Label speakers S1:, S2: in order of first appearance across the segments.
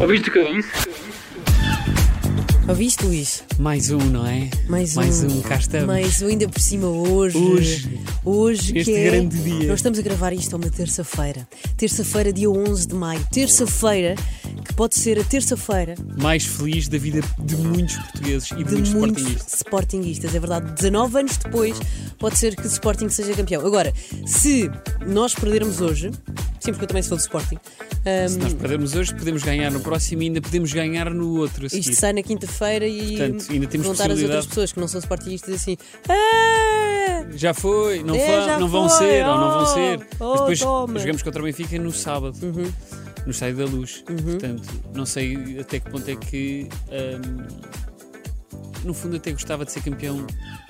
S1: Ouviste o que eu disse?
S2: Ouviste, Luís?
S3: Mais um, não é?
S2: Mais um.
S3: cá estamos.
S2: Mais um, ainda por cima hoje.
S3: Hoje.
S2: Hoje, que
S3: Este
S2: é-
S3: grande dia.
S2: Nós estamos a gravar isto a uma terça-feira. Terça-feira, dia 11 de maio. Terça-feira, que pode ser a terça-feira
S3: Mais feliz da vida de muitos portugueses e de,
S2: de
S3: muitos
S2: muitos
S3: sportingistas.
S2: sportinguistas. É verdade, 19 anos depois, pode ser que o Sporting seja campeão. Agora, se nós perdermos hoje, sim, porque eu também sou do Sporting, hum,
S3: Se nós perdermos hoje, podemos ganhar no próximo e ainda podemos ganhar no outro a
S2: isto
S3: seguir.
S2: sai na quinta-feira e
S3: é Portanto, ainda temos
S2: vão estar as outras
S3: possibilidade.
S2: pessoas que não são sportinguistas assim. "Ah,
S3: Já foi, não,
S2: É,
S3: fa-
S2: já
S3: não vão
S2: foi,
S3: ser, ou não vão
S2: oh,
S3: ser.
S2: oh,
S3: Mas depois
S2: toma. Uhum.
S3: jogamos contra o Benfica no sábado, no Estádio da Luz. Portanto, não sei até que ponto é que. hum, no fundo, até gostava de ser campeão.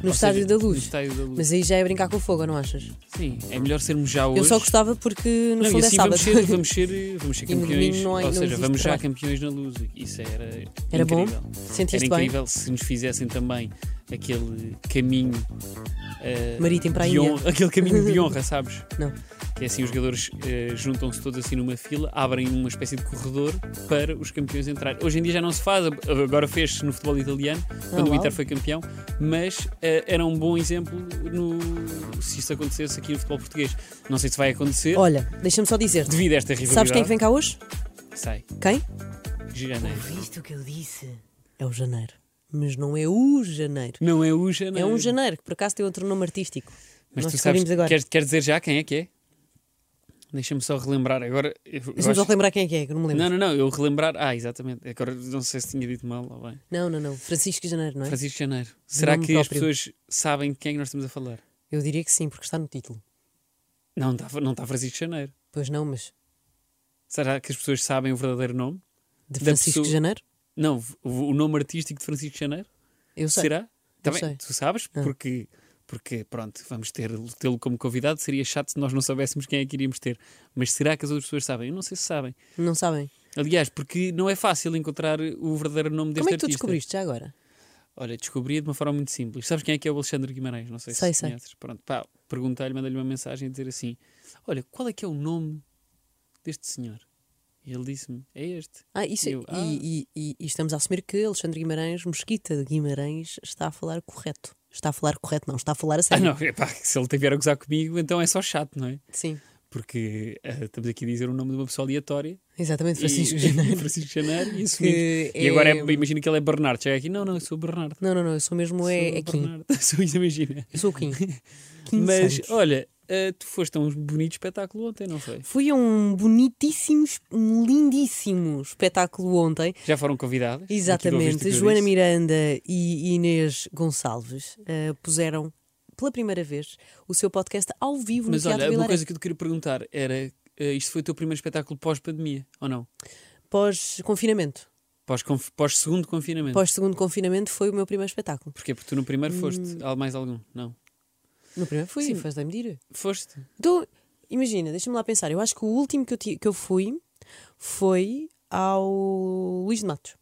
S2: No
S3: Ou
S2: Estádio da
S3: No
S2: Luz.
S3: Estádio da Luz.
S2: Mas aí já é brincar com fogo, não achas?
S3: Sim, é melhor sermos já hoje.
S2: Eu só gostava porque no
S3: Não,
S2: fundo
S3: e assim
S2: é sábado.
S3: vamos ser, vamos ser, vamos ser
S2: E no
S3: campeões.
S2: domingo não há-
S3: ou
S2: não
S3: seja,
S2: existe
S3: vamos já
S2: trabalho.
S3: campeões na luz. Isso era,
S2: Era bom?
S3: incrível. Era
S2: Sentiste bem?
S3: incrível se nos fizessem também aquele caminho ah,
S2: Marítimo para é. a
S3: de
S2: Índia.
S3: honra, aquele caminho de honra, sabes?
S2: Não.
S3: Que é assim, os jogadores ah, juntam-se todos assim numa fila, abrem uma espécie de corredor para os campeões entrarem. Hoje em dia já não se faz, agora fez-se no futebol italiano, quando o
S2: Ah, uau.
S3: Inter foi campeão, mas ah, era um bom exemplo no- se isso acontecesse aqui no futebol português. Não sei se vai acontecer.
S2: Olha, deixa-me só dizer-te.
S3: Devido a esta rivalidade.
S2: Sabes quem é que vem cá hoje?
S3: Sai.
S2: Quem?
S3: Janeiro.
S2: Viste o que eu disse? É o Janeiro. Mas não é o Janeiro.
S3: Não é o Janeiro.
S2: É um Janeiro, que por acaso tem outro nome artístico.
S3: Mas
S2: Nós
S3: tu sabes.
S2: descobrimos agora.
S3: Queres, queres dizer já quem é que é? Deixa-me só relembrar agora. eu
S2: Deixa-me só
S3: gosto-
S2: lembrar quem é que é, que eu não me lembro.
S3: Não, não, não. Eu relembrar. Ah, exatamente. Agora não sei se tinha dito mal ou bem.
S2: Não, não, não. Francisco Janeiro, não é?
S3: Francisco Janeiro. Será
S2: nome
S3: que as
S2: próprio.
S3: pessoas sabem de quem é que nós estamos a falar?
S2: Eu diria que sim, porque está no título.
S3: Não está não tá Francisco Janeiro.
S2: Pois não, mas
S3: Será que as pessoas sabem o verdadeiro nome?
S2: de
S3: Da
S2: Francisco
S3: pessoa-
S2: Janeiro?
S3: Não, o, o nome artístico de Francisco Janeiro?
S2: Eu sei.
S3: Será? Também,
S2: sei. É.
S3: tu sabes? Porque, porque, pronto, vamos ter- tê-lo como convidado. Seria chato se nós não soubéssemos quem é que iríamos ter. Mas será que as outras pessoas sabem? Eu não sei se sabem.
S2: Não sabem.
S3: Aliás, porque não é fácil encontrar o verdadeiro nome deste
S2: Como é que tu
S3: artista.
S2: descobriste já agora?
S3: Olha, descobri de uma forma muito simples. Sabes quem é que é o Alexandre Guimarães? Não sei,
S2: Sei,
S3: se
S2: sei.
S3: conheces. Pronto, pá, perguntei-lhe, mandei-lhe uma mensagem a dizer assim: Olha, qual é que é o nome deste senhor? E ele disse-me: É este.
S2: Ah, isso,
S3: Eu,
S2: e,
S3: ah.
S2: e- e- e estamos a assumir que Alexandre Guimarães, Mosquita de Guimarães, está a falar correto. Está a falar correto, não, está a falar a
S3: Ah,
S2: sério.
S3: não, epá, se ele tiver a gozar comigo, então é só chato, não é?
S2: Sim,
S3: Porque ah, estamos aqui a dizer o nome de uma pessoa aleatória
S2: exatamente, Francisco
S3: e,
S2: Janeiro.
S3: Francisco Janeiro e assumimos.
S2: que
S3: E agora é, imagina que ele é Bernardo. Chega aqui, não, não, eu sou o Bernardo.
S2: Não, não, não, eu sou mesmo
S3: Sou
S2: é,
S3: o
S2: é Kim.
S3: Bernardo. Sou isso, imagina.
S2: Eu sou o Kim. Kim
S3: Mas
S2: Santos.
S3: olha, ah, tu foste a um bonito espetáculo ontem, não foi?
S2: Fui a um bonitíssimo, es- um lindíssimo espetáculo ontem.
S3: Já foram convidadas? Aquilo
S2: Exatamente.
S3: ouviste o que eu
S2: Joana
S3: disse?
S2: Miranda e Inês Gonçalves eh, puseram pela primeira vez o seu podcast ao vivo
S3: Mas
S2: no Teatro
S3: olha, uma
S2: Vilaré.
S3: coisa que eu te queria perguntar era: eh, isto foi o teu primeiro espetáculo pós-pandemia, ou não?
S2: Pós-confinamento.
S3: Pós-conf- Pós-segundo confinamento?
S2: Pós-segundo confinamento foi o meu primeiro espetáculo.
S3: Porquê? Porque tu no primeiro
S2: Hum.
S3: foste, há mais algum? Não.
S2: No primeiro fui,
S3: Sim.
S2: faz da medida.
S3: Foste?
S2: Então, imagina, deixa-me lá pensar. Eu acho que o último que eu, ti- que eu fui foi ao Luís de Matos.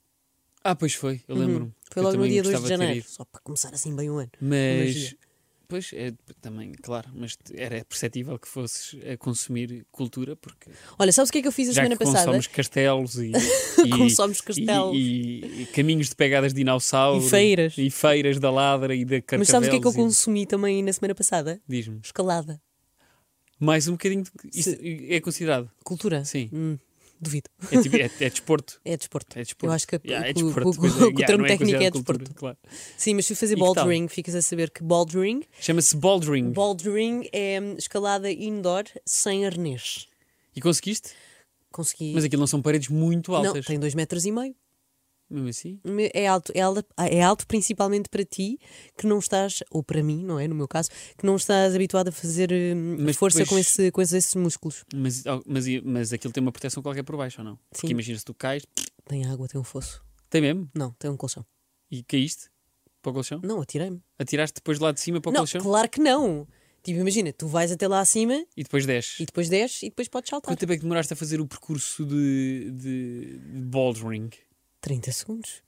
S3: Ah, pois foi,
S2: Uhum.
S3: eu lembro-me.
S2: Foi
S3: Eu
S2: logo no
S3: também
S2: dia 2 de
S3: gostava ter
S2: janeiro.
S3: ido.
S2: Só para começar assim bem o ano.
S3: Mas.
S2: Magia.
S3: Pois, é, também, claro, mas era perceptível que fosses a consumir cultura, porque
S2: Olha, sabes o que é que eu fiz a
S3: já
S2: semana
S3: que
S2: passada?
S3: consomos castelos e, e-
S2: Consomos
S3: e-
S2: castelos.
S3: E, e caminhos de pegadas de dinossauro
S2: E feiras.
S3: e feiras da ladra e da carcavelos
S2: Mas sabes o que é que eu
S3: e-
S2: consumi também na semana passada?
S3: Diz-me.
S2: Escalada.
S3: Mais um bocadinho. de- Isso é considerado.
S2: Cultura?
S3: Sim.
S2: Hum, duvido.
S3: É, tipo- é- é desporto.
S2: É desporto.
S3: É desporto.
S2: Eu acho que a-
S3: Yeah, é
S2: que o-
S3: desporto,
S2: que o-
S3: pois é.
S2: que o
S3: Yeah,
S2: termo
S3: não
S2: técnico
S3: considerado
S2: é
S3: cultura,
S2: desporto.
S3: claro.
S2: Sim, mas fui fazer
S3: E que tal?
S2: bouldering, ficas a saber que bouldering,
S3: Chama-se bouldering.
S2: bouldering é hum, escalada indoor sem arnês.
S3: E conseguiste?
S2: Consegui.
S3: Mas aquilo não são paredes muito
S2: não,
S3: altas.
S2: tem dois metros e meio.
S3: Mesmo assim?
S2: Me- É alto, é, alto, é alto principalmente para ti que não estás, ou para mim, não é? No meu caso, que não estás habituado a fazer hum,
S3: Mas
S2: força
S3: depois-
S2: com, esse, com esses músculos.
S3: Mas, oh, mas, mas aquilo tem uma proteção qualquer por baixo, ou não? Porque
S2: Sim.
S3: imagina se tu cais.
S2: Tem água, tem um fosso.
S3: Tem mesmo?
S2: Não, tem um colchão.
S3: E caíste para o colchão?
S2: Não, atirei-me.
S3: Atiraste depois de lá de cima para o
S2: Não,
S3: colchão?
S2: claro que não. Tipo, imagina, tu vais até lá acima
S3: E depois desces.
S2: e depois desces e depois podes saltar.
S3: Quanto tempo é que demoraste a fazer o percurso de, de, de bouldering?
S2: 30 segundos.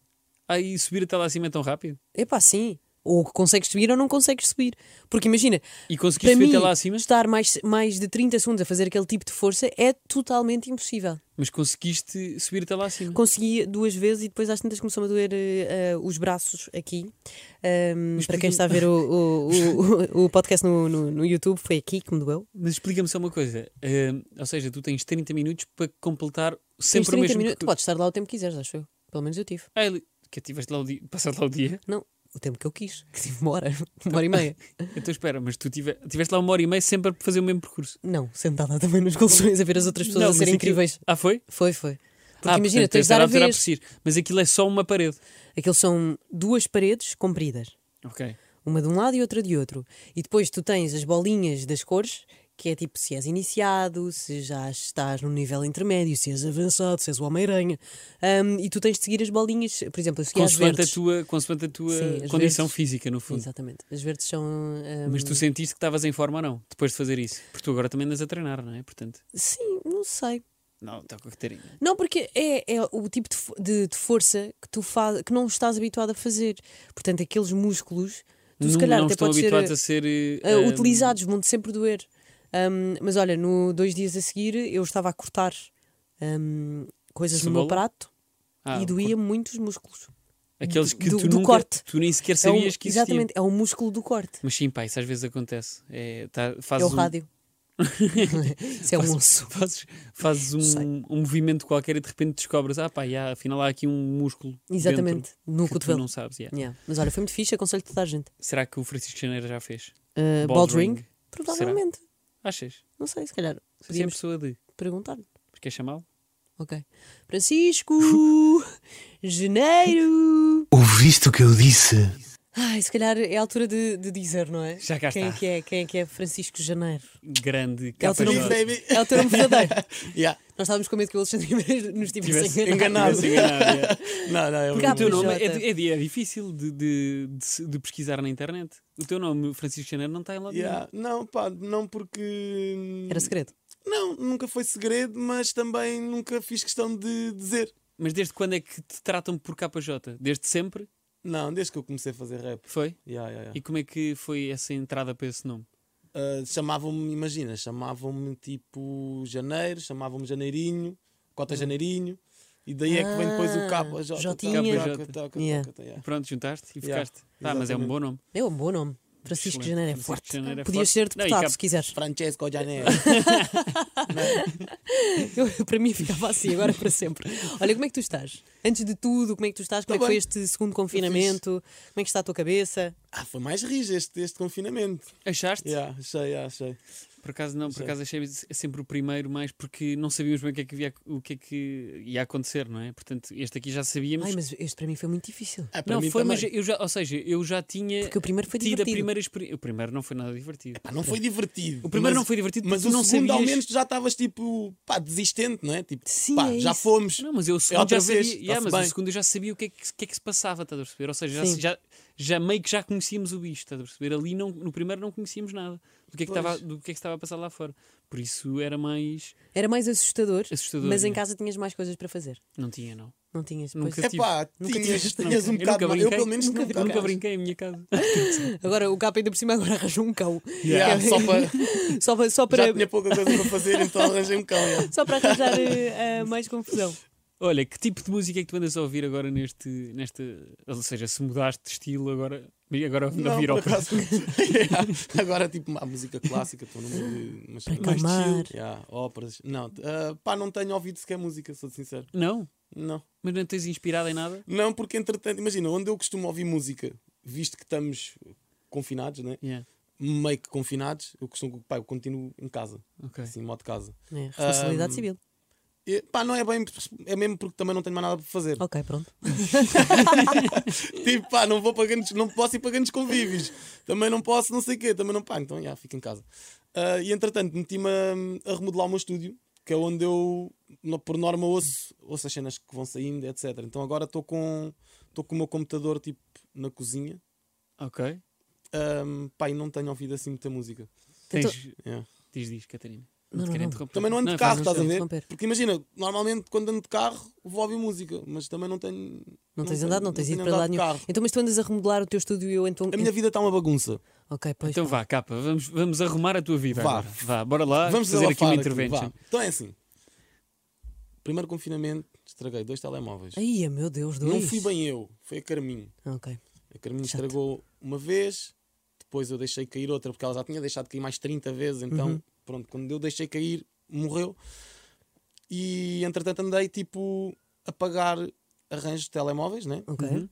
S3: Ah, e subir até lá acima é tão rápido?
S2: Epá, sim. Ou consegues subir ou não consegues subir. Porque imagina,
S3: E
S2: para
S3: conseguiste ver
S2: mim,
S3: até lá acima,
S2: estar mais, mais de 30 segundos a fazer aquele tipo de força é totalmente impossível.
S3: mas conseguiste subir até lá acima.
S2: Consegui duas vezes e depois às tantas começou-me a doer eh, eh, os braços aqui. Ahm,
S3: Mas
S2: para quem
S3: porquê?
S2: está a ver o, o, o, o podcast no, no, no YouTube, foi aqui que me doeu.
S3: Mas explica-me só uma coisa. hum, ou seja, tu tens 30 minutos para completar
S2: Tens
S3: sempre o
S2: 30
S3: mesmo
S2: minutos, tu
S3: percurso.
S2: podes estar lá o tempo que quiseres, acho eu. Pelo menos eu tive.
S3: Ah, ele- que tiveste lá o dia, passaste lá o dia.
S2: Não, o tempo que eu quis, que tive uma hora, uma hora e meia.
S3: Então espera, mas tu tive- tiveste lá uma hora e meia sempre para fazer o mesmo percurso.
S2: Não, sentada também nos colchões a ver as outras pessoas
S3: Não,
S2: a
S3: mas
S2: serem
S3: aquilo-
S2: incríveis.
S3: Ah, foi?
S2: Foi, foi. Porque
S3: ah,
S2: imagina,
S3: portanto,
S2: tens de dar a
S3: era era
S2: vez.
S3: preciso. Mas aquilo é só uma parede.
S2: Aqueles são duas paredes compridas,
S3: Ok.
S2: uma de um lado e outra de outro. E depois tu tens as bolinhas das cores, que é tipo se és iniciado, se já estás num nível intermédio, se és avançado, se és o Homem-Aranha. Ahm, e tu tens de seguir as bolinhas, por exemplo, eu segui as
S3: Consoante a
S2: verdes.
S3: tua, consoante a tua
S2: Sim, às
S3: condição
S2: vezes-
S3: física, no fundo.
S2: Exatamente. As verdes são. ahm,
S3: Mas tu sentiste que estavas em forma ou não, depois de fazer isso? Porque tu agora também andas a treinar, não é? Portanto,
S2: Sim, não sei.
S3: não, está com a carteirinha.
S2: Não, porque é, é o tipo de, fo- de- de força que tu faz, que não estás habituado a fazer. Portanto, aqueles músculos, tu se
S3: não,
S2: calhar
S3: não
S2: até
S3: estão
S2: podes ser
S3: habituados a ser
S2: eh,
S3: eh,
S2: utilizados, vão-te sempre doer. Ahm, mas olha, no dois dias a seguir eu estava a cortar ahm, coisas no meu
S3: Cebola?
S2: prato
S3: ah,
S2: e doía-me muito os músculos.
S3: Aqueles que
S2: do-
S3: tu
S2: do
S3: nunca,
S2: corte.
S3: tu nem sequer
S2: É um-
S3: sabias que existiam.
S2: Exatamente, é o músculo do corte.
S3: Mas sim, pá, isso às vezes acontece. É, tá,
S2: É
S3: fazes
S2: o
S3: um-
S2: rádio. Isso é um osso.
S3: Fazes, fazes
S2: Sei.
S3: um, um movimento qualquer e de repente descobres, ah pá, já, afinal há aqui um músculo.
S2: Exatamente,
S3: dentro
S2: no
S3: que tu
S2: cotovelo.
S3: não sabes. já.
S2: Yeah. Mas olha, foi muito fixe, aconselho toda a gente.
S3: Será que o Francisco Janeiro já fez?
S2: Uh,
S3: Ball
S2: Bald
S3: ring?
S2: ring? Provavelmente.
S3: Achas?
S2: Não sei, se calhar.
S3: Se é
S2: Podíamos
S3: pessoa de.
S2: perguntar-lhe.
S3: Mas quer chamá-lo?
S2: Ok. Francisco Janeiro.
S1: Ouviste o que eu disse?
S2: Ai, se calhar é a altura de, de dizer, não é?
S3: Já cá
S2: quem
S3: está.
S2: É que é, quem é que é Francisco Janeiro?
S3: Grande
S2: É o teu nome,
S3: KJ.
S2: verdadeiro. é o teu nome verdadeiro.
S1: Yeah.
S2: Nós estávamos com medo que o Alexandre Guimarães nos tivesse,
S3: Tivesse
S2: enganado.
S1: enganado.
S3: Tivesse enganado, já.
S1: Não, não, é
S2: Porque há
S1: o
S3: O teu
S2: PJ.
S3: nome é, é di- é difícil de, de- de se- de pesquisar na internet. O teu nome, Francisco Janeiro, não está em lado nenhum.
S1: Yeah. Não, pá, não porque.
S2: Era segredo.
S1: Não, nunca foi segredo, mas também nunca fiz questão de dizer.
S3: Mas desde quando é que te tratam por KJ? Desde sempre?
S1: Não, desde que eu comecei a fazer rap.
S3: Foi?
S1: Yeah, yeah, yeah.
S3: E como é que foi essa entrada para esse nome?
S1: Ah, chamavam-me, imagina, chamavam-me tipo Janeiro, chamavam-me Janeirinho, Cota Janeirinho, e daí é que vem depois o
S2: Hum. Ah,
S1: KJ.
S2: Jotinha.
S1: Toca, toca, toca,
S2: Yeah.
S1: toca, yeah.
S3: Pronto, juntaste e
S1: Yeah,
S3: ficaste. Ah, mas é um
S1: exatamente.
S3: bom nome.
S2: É um bom nome. Francisco
S3: Excelente.
S2: Janeiro é
S3: Francisco
S2: forte.
S3: Janeiro é forte.
S2: Podias ser
S3: Não, e
S2: deputado
S3: cap-
S2: se quiseres.
S1: Francesco Janeiro.
S2: Eu, para mim ficava assim, agora para sempre. Olha, como é que tu estás? Antes de tudo, como é que tu estás? Como
S1: Tô
S2: é que foi
S1: bem.
S2: este segundo confinamento? Como é que está a tua cabeça?
S1: ah, foi mais rijo este, este confinamento.
S3: Achaste?
S1: Yeah, achei, yeah, achei.
S3: Por acaso não, por acaso achei sempre o primeiro, mais porque não sabíamos bem o que é que, ia, o que, é que ia acontecer, não é? Portanto, este aqui já sabíamos.
S2: Ai, mas este para mim foi muito difícil.
S1: Ah, para
S3: não,
S1: mim
S3: foi,
S1: também.
S3: mas eu já, ou seja, eu já tinha
S2: Porque o primeiro foi
S3: tido a
S2: divertido.
S3: primeira experiência. O primeiro não foi nada divertido.
S1: Pá, não foi divertido.
S3: O primeiro
S1: mas-
S3: não foi divertido,
S1: Mas
S3: mas
S1: o
S3: tu não
S1: segundo,
S3: sabias.
S1: ao menos, tu já estavas tipo, pá, desistente, não é? Tipo,
S2: Sim,
S1: pá,
S2: é
S1: já
S2: isso.
S1: fomos.
S3: Não, mas eu é o segundo
S1: outra
S3: já sabia,
S1: vez,
S3: Yeah,
S1: está-se
S3: mas o
S1: bem.
S3: segundo eu já sabia o que é que, o que, é que se passava, estás a perceber? Ou seja, já,
S2: Sim.
S3: já, já meio que já conhecíamos o bicho, estás a perceber? Ali não, no primeiro não conhecíamos nada do que, é que
S1: Pois.
S3: estava, do que é que estava a passar lá fora. Por isso era mais
S2: Era mais assustador,
S3: assustador.
S2: mas em
S3: yeah.
S2: casa tinhas mais coisas para fazer.
S3: Não tinha, não.
S2: Não tinhas?
S3: Nunca
S2: pois.
S1: É pá,
S2: Nunca
S1: tinhas,
S2: tiveste,
S1: tinhas
S3: Tipo, nunca. Eu nunca
S1: um bocado mais. Eu,
S3: brinquei.
S1: pelo menos,
S2: Nunca
S3: Nunca
S2: brinquei. acaso.
S1: nunca.
S3: brinquei em minha casa.
S2: Agora o capa ainda por cima agora arranjou um cão.
S1: Yeah,
S2: Que é-
S1: só para,
S2: só para, só para,
S1: já tinha pouca coisa para fazer, então arranjei um cão. yeah.
S2: só para arranjar eh, eh, mais
S1: É,
S2: confusão.
S3: Olha, que tipo de música é que tu andas a ouvir agora neste. nesta Ou seja, se mudaste de estilo agora. Agora a
S1: Não,
S3: ouvir
S1: por
S3: ao
S1: acaso. Yeah. Agora, tipo, a música clássica, estou no meio de umas
S2: Mais calmar. chill.
S1: Yeah, óperas. Não, ah, pá, não tenho ouvido sequer música, sou sincero.
S3: Não,
S1: Não.
S3: mas não tens inspirado em nada?
S1: Não, porque entretanto, imagina, onde eu costumo ouvir música, visto que estamos confinados, né?
S3: Yeah.
S1: meio que confinados, eu costumo, pá, eu continuo em casa,
S3: Ok.
S1: assim, modo de casa.
S2: É, responsabilidade
S1: Ahm,
S2: civil.
S1: E, pá, não é bem, é mesmo porque também não tenho mais nada para fazer.
S2: Ok, pronto.
S1: Tipo, pá, não vou para grandes, não posso ir para grandes convívios, também não posso, não sei o quê, também não, pá, então, já, fico em casa. Ah, e entretanto, meti-me a, a remodelar o meu estúdio, que é onde eu, no- por norma, ouço, ouço as cenas que vão saindo, etc. Então agora estou com, estou com o meu computador, tipo, na cozinha, Então-
S3: Ok.
S1: Ahm, pá, e não tenho ouvido assim muita música.
S2: Então-
S3: Tens.
S1: Yeah.
S3: Diz, diz, Catarina.
S2: Não,
S3: te
S2: não,
S3: quero
S2: não.
S3: interromper.
S1: Também não ando de
S3: faz
S1: carro,
S3: um
S1: estás a
S3: instante.
S1: ver?
S2: interromper.
S1: Porque imagina, normalmente quando ando de carro vou ouvir música, mas também não tenho.
S2: Não tens
S1: tenho-
S2: andado, não tens
S1: não
S2: ido
S1: tenho
S2: para lado
S1: andado de
S2: nenhum.
S1: carro.
S2: Então, mas tu andas a remodelar o teu estúdio e eu então.
S1: A minha vida está uma bagunça.
S2: Ok, pois.
S3: Então vá, capa, vamos, vamos arrumar a tua vida.
S1: Vá.
S3: agora. vá bora
S2: Ah,
S3: lá
S1: Vamos
S3: fazer aqui
S1: desabafar
S3: uma
S1: aqui,
S3: intervention.
S1: vá. Então é assim. Primeiro confinamento, estraguei dois telemóveis.
S2: Ai, é, meu Deus, dois.
S1: Não fui bem eu, foi a Carminho.
S2: Ok.
S1: A Carminho
S2: Chato.
S1: estragou uma vez, depois eu deixei cair outra, porque ela já tinha deixado cair mais 30 vezes, então,
S2: Uhum.
S1: pronto, quando eu deixei cair, morreu. E entretanto andei tipo a pagar arranjos de telemóveis, né?
S2: Ok.
S3: Uhum.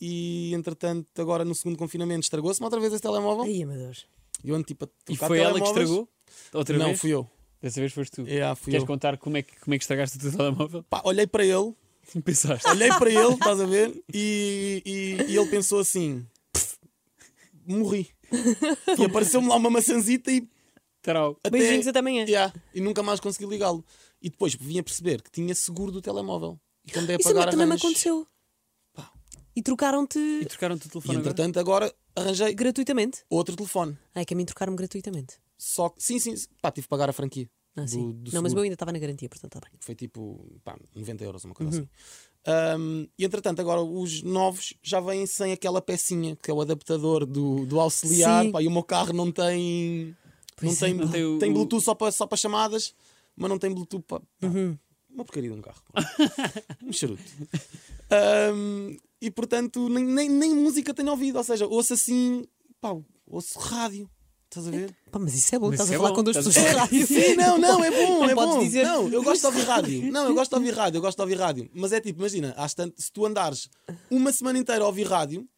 S1: E entretanto, agora no segundo confinamento, estragou-se outra vez esse telemóvel.
S2: Ai, é, meu Deus.
S1: E eu ando tipo a
S3: E
S1: trocar
S3: foi ela que
S1: telemóveis.
S3: estragou? Outra
S1: Não,
S3: vez?
S1: fui eu.
S3: Dessa vez foste tu.
S1: É, ah, fui
S3: Queres
S1: eu.
S3: contar como é, que, como é que estragaste o teu telemóvel?
S1: Pá, olhei para ele,
S3: Pensaste.
S1: olhei para ele, estás a ver? E, e- e ele pensou assim: "Pff, morri. E apareceu-me lá uma maçãzita e
S3: Tarau.
S1: até.
S2: Beijinhos até amanhã.
S1: Yeah, e nunca mais consegui ligá-lo. E depois vim a perceber que tinha seguro do telemóvel. E quando é
S2: Isso
S1: pagar
S2: também me
S1: arranjos-
S2: aconteceu.
S1: Pá.
S2: E trocaram-te
S3: E trocaram-te o
S1: E
S3: telefone agora?
S1: entretanto, agora arranjei
S2: gratuitamente.
S1: outro telefone.
S2: Ai, que a mim trocaram-me gratuitamente.
S1: Só que, sim, sim, pá, tive que pagar a franquia.
S2: Ah,
S1: do-
S2: sim.
S1: do
S2: não, mas
S1: seguro.
S2: o meu ainda estava na garantia, portanto está bem.
S1: Foi tipo pá, 90 euros, uma
S2: Uhum.
S1: coisa assim. Um, e entretanto, agora os novos já vêm sem aquela pecinha que é o adaptador do, do auxiliar.
S2: Sim.
S1: Pá, e o meu carro não tem. Não
S2: Pois é,
S1: tem,
S3: não tem o-
S1: tem Bluetooth só para, só para chamadas, mas não tem Bluetooth para. pá,
S2: Uhum.
S1: Uma porcaria de um carro. um charuto. Um, e portanto, nem, nem, nem música tenho ouvido. Ou seja, ouço assim. Pá, ouço rádio. Estás a ver?
S2: Pá, mas isso é bom,
S3: Mas
S2: estás
S3: isso
S2: a
S3: é
S2: falar
S3: bom,
S2: com duas
S3: estás
S2: pessoas
S3: a
S2: de
S3: falar.
S2: rádio.
S1: Sim, não, não, é bom,
S2: Não
S1: é
S2: podes
S1: bom.
S2: dizer-
S1: Não, eu gosto de ouvir rádio. Não, eu gosto de ouvir rádio, eu gosto de ouvir rádio. Mas é tipo, imagina, às tantas, se tu andares uma semana inteira a ouvir rádio,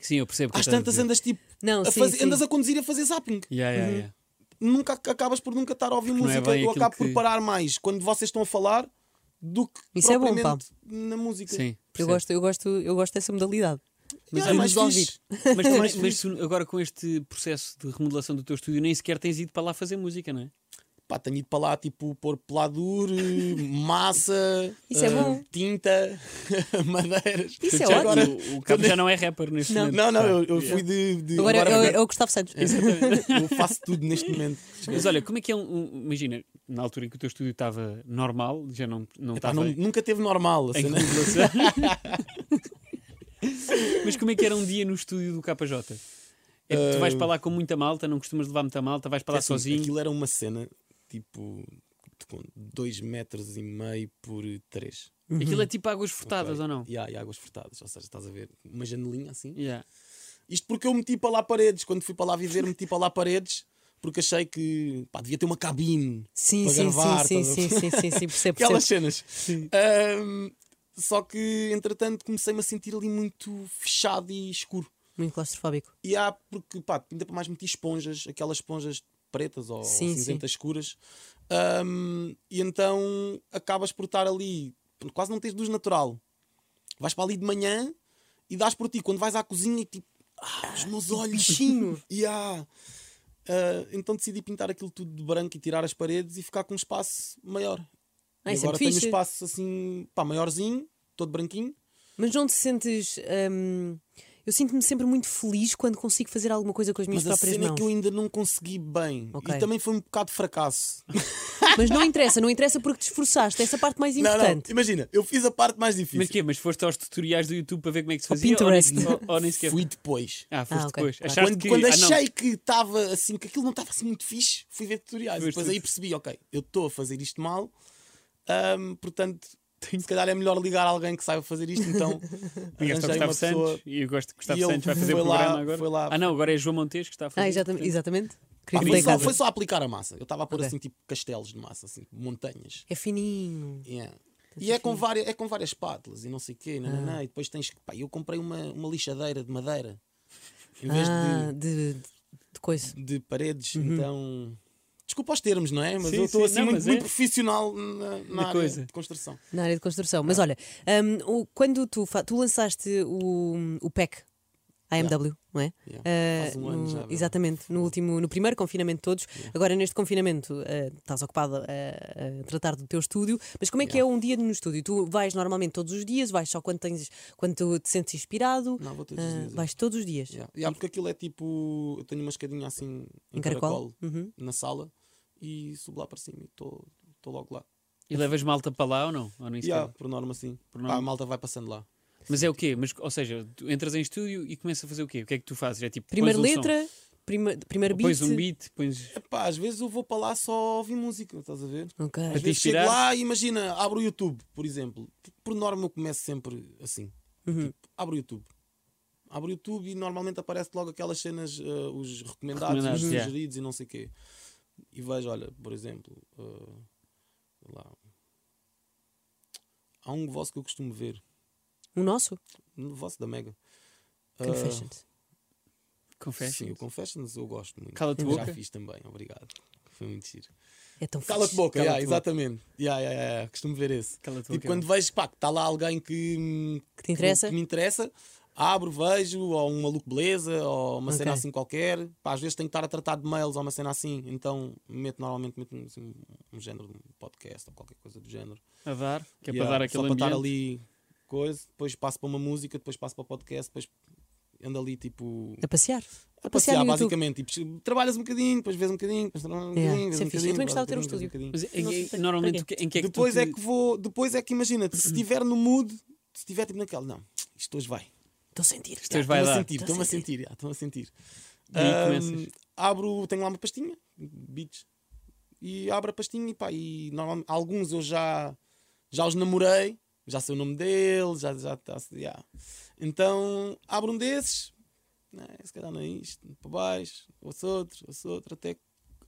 S3: Sim, eu percebo. o que
S1: às
S3: estás a
S1: tantas Uhum.
S3: dizer.
S1: andas tipo,
S2: Não,
S1: a
S2: sim,
S1: fazer-
S2: sim.
S1: andas a conduzir e a fazer zapping.
S3: Yeah, yeah, yeah.
S1: Nunca ac- acabas por nunca estar a ouvir
S3: não é
S1: música.
S3: bem
S1: eu
S3: aquilo
S1: acabo
S3: que-
S1: por parar mais quando vocês estão a falar do que
S2: Isso é bom, pá.
S1: propriamente na música.
S3: Sim.
S2: Eu
S3: percebo.
S2: gosto, eu, gosto, eu gosto dessa modalidade.
S1: Mas
S2: Mas
S1: é mais
S2: vamos ouvir.
S1: fixe.
S3: Mas, tu, mas, mas tu agora com este processo de remodelação do teu estúdio, nem sequer tens ido para lá fazer música, não é?
S1: Pá, tenho ido para lá, tipo, pôr peladure, massa,
S2: Isso é
S1: ah,
S2: bom.
S1: tinta, madeiras.
S2: Isso é
S3: Já-
S2: ótimo.
S1: Agora-
S3: o, o Cabo já não é rapper neste
S2: Não.
S3: momento.
S1: Não, não, eu, eu fui de. de-
S2: Agora,
S1: agora-
S2: é, o- é o Gustavo Santos.
S1: Eu faço tudo neste momento.
S3: Mas olha, como é que é um. um- imagina, na altura em que o teu estúdio estava normal, já não, não
S1: Epá,
S3: estava.
S1: não- nunca teve normal. a
S3: Tá em
S1: cena. é
S3: remodelação. Mas como é que era um dia no estúdio do KJ? É que tu vais para lá com muita malta, não costumas levar muita malta, vais para lá
S1: Eh, Assim,
S3: sozinho.
S1: Aquilo era uma cena tipo com 2 metros e meio por 3.
S3: Aquilo
S1: Uhum.
S3: é tipo águas furtadas ou não?
S1: E há e há águas furtadas, ou seja, estás a ver uma janelinha assim.
S3: Yeah.
S1: Isto porque eu meti para lá paredes. Quando fui para lá viver, meti para lá paredes porque achei que pá, devia ter uma cabine.
S2: Sim,
S1: para
S2: sim,
S1: gravar,
S2: sim, sim,
S1: estás a
S2: sim, sim, sim, sim, percebo, percebo.
S1: Aquelas cenas. Ahm, só que entretanto comecei-me a sentir ali muito fechado e escuro.
S2: Muito claustrofóbico.
S1: E há, porque, pá, ainda para mais meti esponjas, aquelas esponjas pretas ou
S2: Sim, sim.
S1: cinzentas escuras. Ahm, e então acabas por estar ali, quase não tens luz natural. Vais para ali de manhã e dás por ti. Quando vais à cozinha e tipo, ah, os meus olhos. e há. Ah, então decidi pintar aquilo tudo de branco e tirar as paredes e ficar com um espaço maior.
S2: Ah,
S1: e
S2: isso é muito
S1: agora tenho um
S2: fixe.
S1: espaço assim, pá, maiorzinho, todo branquinho.
S2: Mas não te sentes. hum, eu sinto-me sempre muito feliz quando consigo fazer alguma coisa com as minhas
S1: Mas a
S2: próprias
S1: cena é
S2: mãos.
S1: que eu ainda não consegui bem.
S2: Ok.
S1: E também foi um bocado de fracasso.
S2: Mas não interessa, não interessa porque te esforçaste. Essa parte mais
S1: Não, não,
S2: importante.
S1: imagina, eu fiz a parte mais difícil.
S3: Mas quê? Mas foste aos tutoriais do YouTube para ver como é que se
S2: Ao
S3: fazia?
S2: Pinterest.
S3: Ou nem, ou, ou nem sequer.
S1: Fui depois.
S3: Ah, foste
S2: Ah, ok.
S3: depois.
S2: Claro.
S3: Achaste
S1: Quando,
S3: que.
S1: quando
S3: ah, não.
S1: achei que estava assim, que aquilo não estava assim muito fixe, fui ver tutoriais.
S3: Foste
S1: Depois
S3: tu.
S1: aí percebi, ok, eu estou a fazer isto mal, hum, portanto, se calhar é melhor ligar a alguém que saiba fazer isto, então
S3: Ligaste ao Gustavo
S1: arranjei uma pessoa.
S3: Santos e eu gosto de Gustavo
S1: e ele
S3: Santos, vai fazer
S1: foi
S3: programa
S1: lá-
S3: agora.
S1: foi lá-
S3: ah, não, agora é João Montes que está a fazer.
S2: Ah, exatamente. exatamente. Queria
S1: Pá,
S2: que
S1: foi,
S2: me
S1: Ah, só,
S2: dei
S1: foi
S2: conta.
S1: só aplicar a massa. Eu estava a pôr
S2: Ok.
S1: assim tipo castelos de massa, assim, montanhas.
S2: É fininho.
S1: Yeah. E é com, várias, é com várias espátulas e não sei o
S2: Ah.
S1: quê, nananã, e depois tens que. Pá, eu comprei uma, uma lixadeira de madeira em vez de
S2: Ah, de, de, de coisa.
S1: de paredes, então. Desculpa os termos, não é? Mas
S3: Uhum. Sim,
S1: eu estou
S3: sim,
S1: assim
S3: não,
S1: muito,
S3: mas é.
S1: muito profissional na, na área
S3: coisa.
S1: de construção.
S2: Na área de construção.
S1: É.
S2: Mas olha, hum, o- quando tu, fa- tu lançaste o, o PEC, AMW, não é?
S1: Yeah.
S2: Ah,
S1: Faz um ano
S2: no-
S1: já, bem.
S2: exatamente, no último, no primeiro confinamento de todos. Agora neste confinamento ah, estás ocupado a, a tratar do teu estúdio, mas como é que é um dia no estúdio? Tu vais normalmente todos os dias, vais só quando tens quando tu te sentes inspirado,
S1: Não, vou todos os
S2: Ah,
S1: dias. é.
S2: vais todos os dias.
S1: Yeah. Yeah, porque aquilo é tipo. Eu tenho uma escadinha assim em
S2: Em caracol?
S1: caracol,
S3: Uhum.
S1: na sala e subo lá para cima e estou estou logo lá.
S3: E levas malta para lá ou não? Ou nem
S1: E há,
S3: sequer?
S1: por norma, assim.
S3: norma.
S1: Pá, a malta vai passando lá.
S3: Mas é o quê? Mas, ou seja, tu entras em estúdio e começas a fazer o quê? O que é que tu fazes? É tipo,
S2: Primeira
S3: pões um som,
S2: letra, prima- primeiro beat.
S3: pões um beat, pões.
S1: Epá, às vezes eu vou para lá só ouvir música, estás a ver?
S2: Ok.
S1: Às
S3: te
S1: vezes chego
S3: inspirares?
S1: lá e imagina, abro o YouTube, por exemplo. Por norma eu começo sempre assim.
S3: Uhum.
S1: Tipo, abro o YouTube. Abro o YouTube e normalmente aparece logo aquelas cenas, eh, os recomendados,
S3: Recomendados,
S1: os
S3: yeah.
S1: sugeridos e não sei o quê. E vejo, olha, por exemplo, eh, sei lá. Há um vosso que eu costumo ver,
S2: O nosso?
S1: um vosso da Mega. Eh,
S2: Confessions.
S1: Sim, o
S3: Confessions.
S1: Confessions eu gosto muito.
S3: Cala-te
S1: Eu
S3: boca.
S1: Já fiz também, obrigado. Foi muito giro.
S2: É tão fixe.
S1: Cala-te boca,
S3: Cala-te
S1: yeah,
S3: boca.
S1: exatamente. Yeah, yeah, yeah, yeah, Costumo ver esse.
S3: Cala a tua
S1: Tipo,
S3: boca.
S1: quando vejo pá, que está lá alguém que, hum,
S2: Que te interessa?
S1: que me interessa, abro, vejo, ou um maluco beleza, ou uma cena
S2: Ok.
S1: assim qualquer. Pá, às vezes tenho que estar a tratar de mails ou uma cena assim, então meto normalmente meto um, assim, um género de um podcast ou qualquer coisa do género.
S3: A dar, que é
S1: Yeah,
S3: para dar
S1: Só
S3: aquele ambiente.
S1: para estar ali coisa, depois passo para uma música, depois passo para o podcast, depois ando ali tipo
S2: A passear.
S1: a
S2: A passear
S1: passear,
S2: no YouTube.
S1: basicamente. Tipo, trabalhas um bocadinho, depois vês um bocadinho, depois trabalhas um
S2: Yeah,
S1: bocadinho. vês
S2: isso é
S1: um
S2: fixe. Eu também
S1: bocadinho,
S2: gostava de ter um
S1: vês
S2: estúdio.
S1: bocadinho.
S3: Mas, é-
S2: Não
S3: é-
S2: sei para-
S3: normalmente,
S2: para
S3: o que- em que é que
S1: depois
S3: tu
S1: é
S3: te-
S1: que vou, depois é que imagina, se estiver no mood, se estiver tipo naquela, não, isto hoje vai.
S2: Estou a sentir.
S3: Isto hoje
S2: Já.
S3: vai
S1: Estou-me a
S3: dar.
S1: sentir,
S2: Estou a
S1: estou-me a sentir, já, estou-me a sentir.
S3: E aí
S2: é
S1: Ahm,
S3: começas.
S1: abro, tenho lá uma pastinha, beats, e abro a pastinha e pá, e normalmente, alguns eu já, já os namorei, já sei o nome deles, já já tá já. Então abro um desses, né, se calhar não é isto, para baixo, ouço outro, ouço outro, até que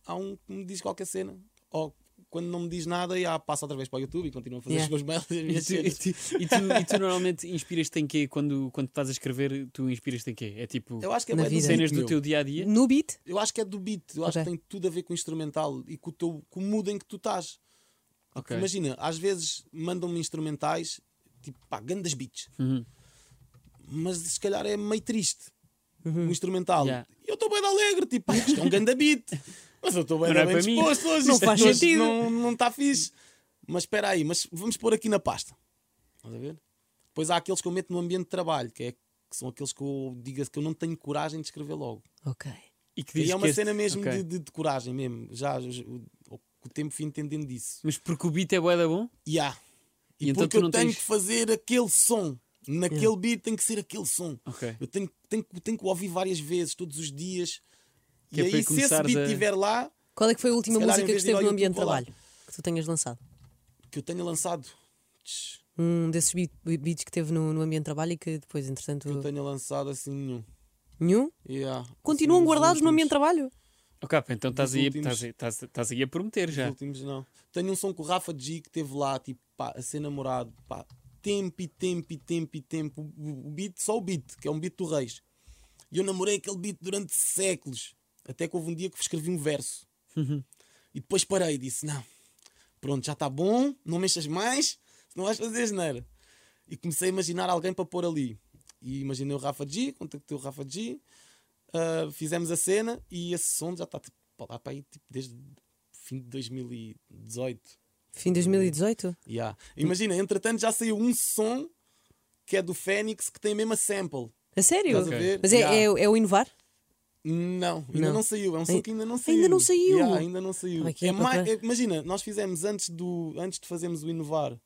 S1: há um que me diz qualquer cena, ou quando não me diz nada, já passo outra vez para o YouTube e continuo a fazer
S2: Yeah. é
S1: os meus mails e as
S3: E
S1: minhas
S3: tu, e,
S1: cenas.
S3: tu, e, tu, e tu normalmente inspiras-te em quê? Quando, quando estás a escrever, tu inspiras-te em quê? É tipo
S1: Eu acho que é
S2: Na
S1: bué do
S2: vida.
S3: cenas
S1: ritmo,
S3: do
S1: meu.
S3: teu dia a dia?
S2: No beat?
S1: Eu acho que é do beat, eu acho
S2: Ok.
S1: que tem tudo a ver com o instrumental e com o, teu, com o mood em que tu estás. Porque
S3: Ok.
S1: Imagina, às vezes mandam-me instrumentais, tipo, pá, grandes beats,
S3: Uhum.
S1: mas se calhar é meio triste o instrumental.
S3: Uhum. Yeah.
S1: E eu estou bem de alegre, tipo, pá, isto é um grande beat, mas eu estou bem,
S3: Não é
S1: bem
S3: para mim.
S1: disposto hoje,
S2: Não
S1: isto
S2: faz
S1: hoje
S2: sentido.
S1: não- Não está fixe. Mas espera aí, mas vamos pôr aqui na pasta. Estás a ver? Depois há aqueles que eu meto no ambiente de trabalho, que, é, que são aqueles que eu diga que eu não tenho coragem de escrever logo.
S2: Ok.
S3: E que
S1: E
S3: dizes
S1: é uma
S3: que este-
S1: cena mesmo
S3: Ok.
S1: de, de, de coragem mesmo. Já, já- o, o- com o tempo fui entendendo disso.
S3: Mas porque o beat é bué da bom?
S1: E há. E,
S3: E então
S1: porque
S3: tu
S1: eu
S3: não
S1: tenho
S3: tens-
S1: que fazer aquele som. Naquele beat tem que ser aquele som.
S3: Ok.
S1: Eu tenho, tenho, que- tenho que o ouvir várias vezes, todos os dias.
S3: Que é para
S1: e aí, se esse
S3: começares
S1: beat
S3: a-
S1: estiver lá,
S2: Qual é que foi a última
S1: Se calhar, em
S2: música que
S1: vez de ir
S2: esteve
S1: ao
S2: no
S1: YouTube,
S2: ambiente de
S1: vou lá.
S2: trabalho? Que tu tenhas lançado?
S1: que eu tenha lançado. Tch,
S2: Um desses beat- beats que teve no, no ambiente de trabalho e que depois, entretanto,
S1: Que eu tenha lançado assim nenhum.
S2: nenhum?
S1: Yeah.
S2: Continuam
S3: um
S1: Assim, dos
S2: guardados no ambiente de
S1: últimos-
S2: trabalho?
S3: Ok, pá, então estás
S1: Dos
S3: aí,
S1: últimos.
S3: estás, aí- estás, estás aí a prometer
S1: Dos
S3: já.
S1: últimos, não. Tenho um som com o Rafa G que teve lá, tipo, pá, a ser namorado, pá, tempo e tempo e tempo e tempo. O, o beat, só o beat, que é um beat do Reis. E eu namorei aquele beat durante séculos. Até que houve um dia que escrevi um verso. E depois parei e disse: Não, pronto, já está bom, não mexas mais, não vais fazer geneira. E comecei a imaginar alguém para pôr ali. E imaginei o Rafa G, contactei o Rafa G, ah, fizemos a cena e esse som já está tipo, para lá para aí tipo, desde fim de 2018.
S2: Fim de 2018?
S1: Yeah. Imagina, entretanto já saiu um som que é do Fênix que tem mesmo a sample.
S2: A sério?
S1: Estás a ver?
S2: Mas é,
S1: Yeah.
S2: é, é o inovar?
S1: Não, ainda
S2: Não.
S1: não, saiu. É um som
S2: Ai-
S1: que ainda não saiu.
S2: ainda não saiu?
S1: Yeah, ainda não saiu.
S2: Estava aqui a
S1: É mais-
S2: procurar.
S1: é- imagina, nós fizemos antes, do, antes de fazermos o Inovar,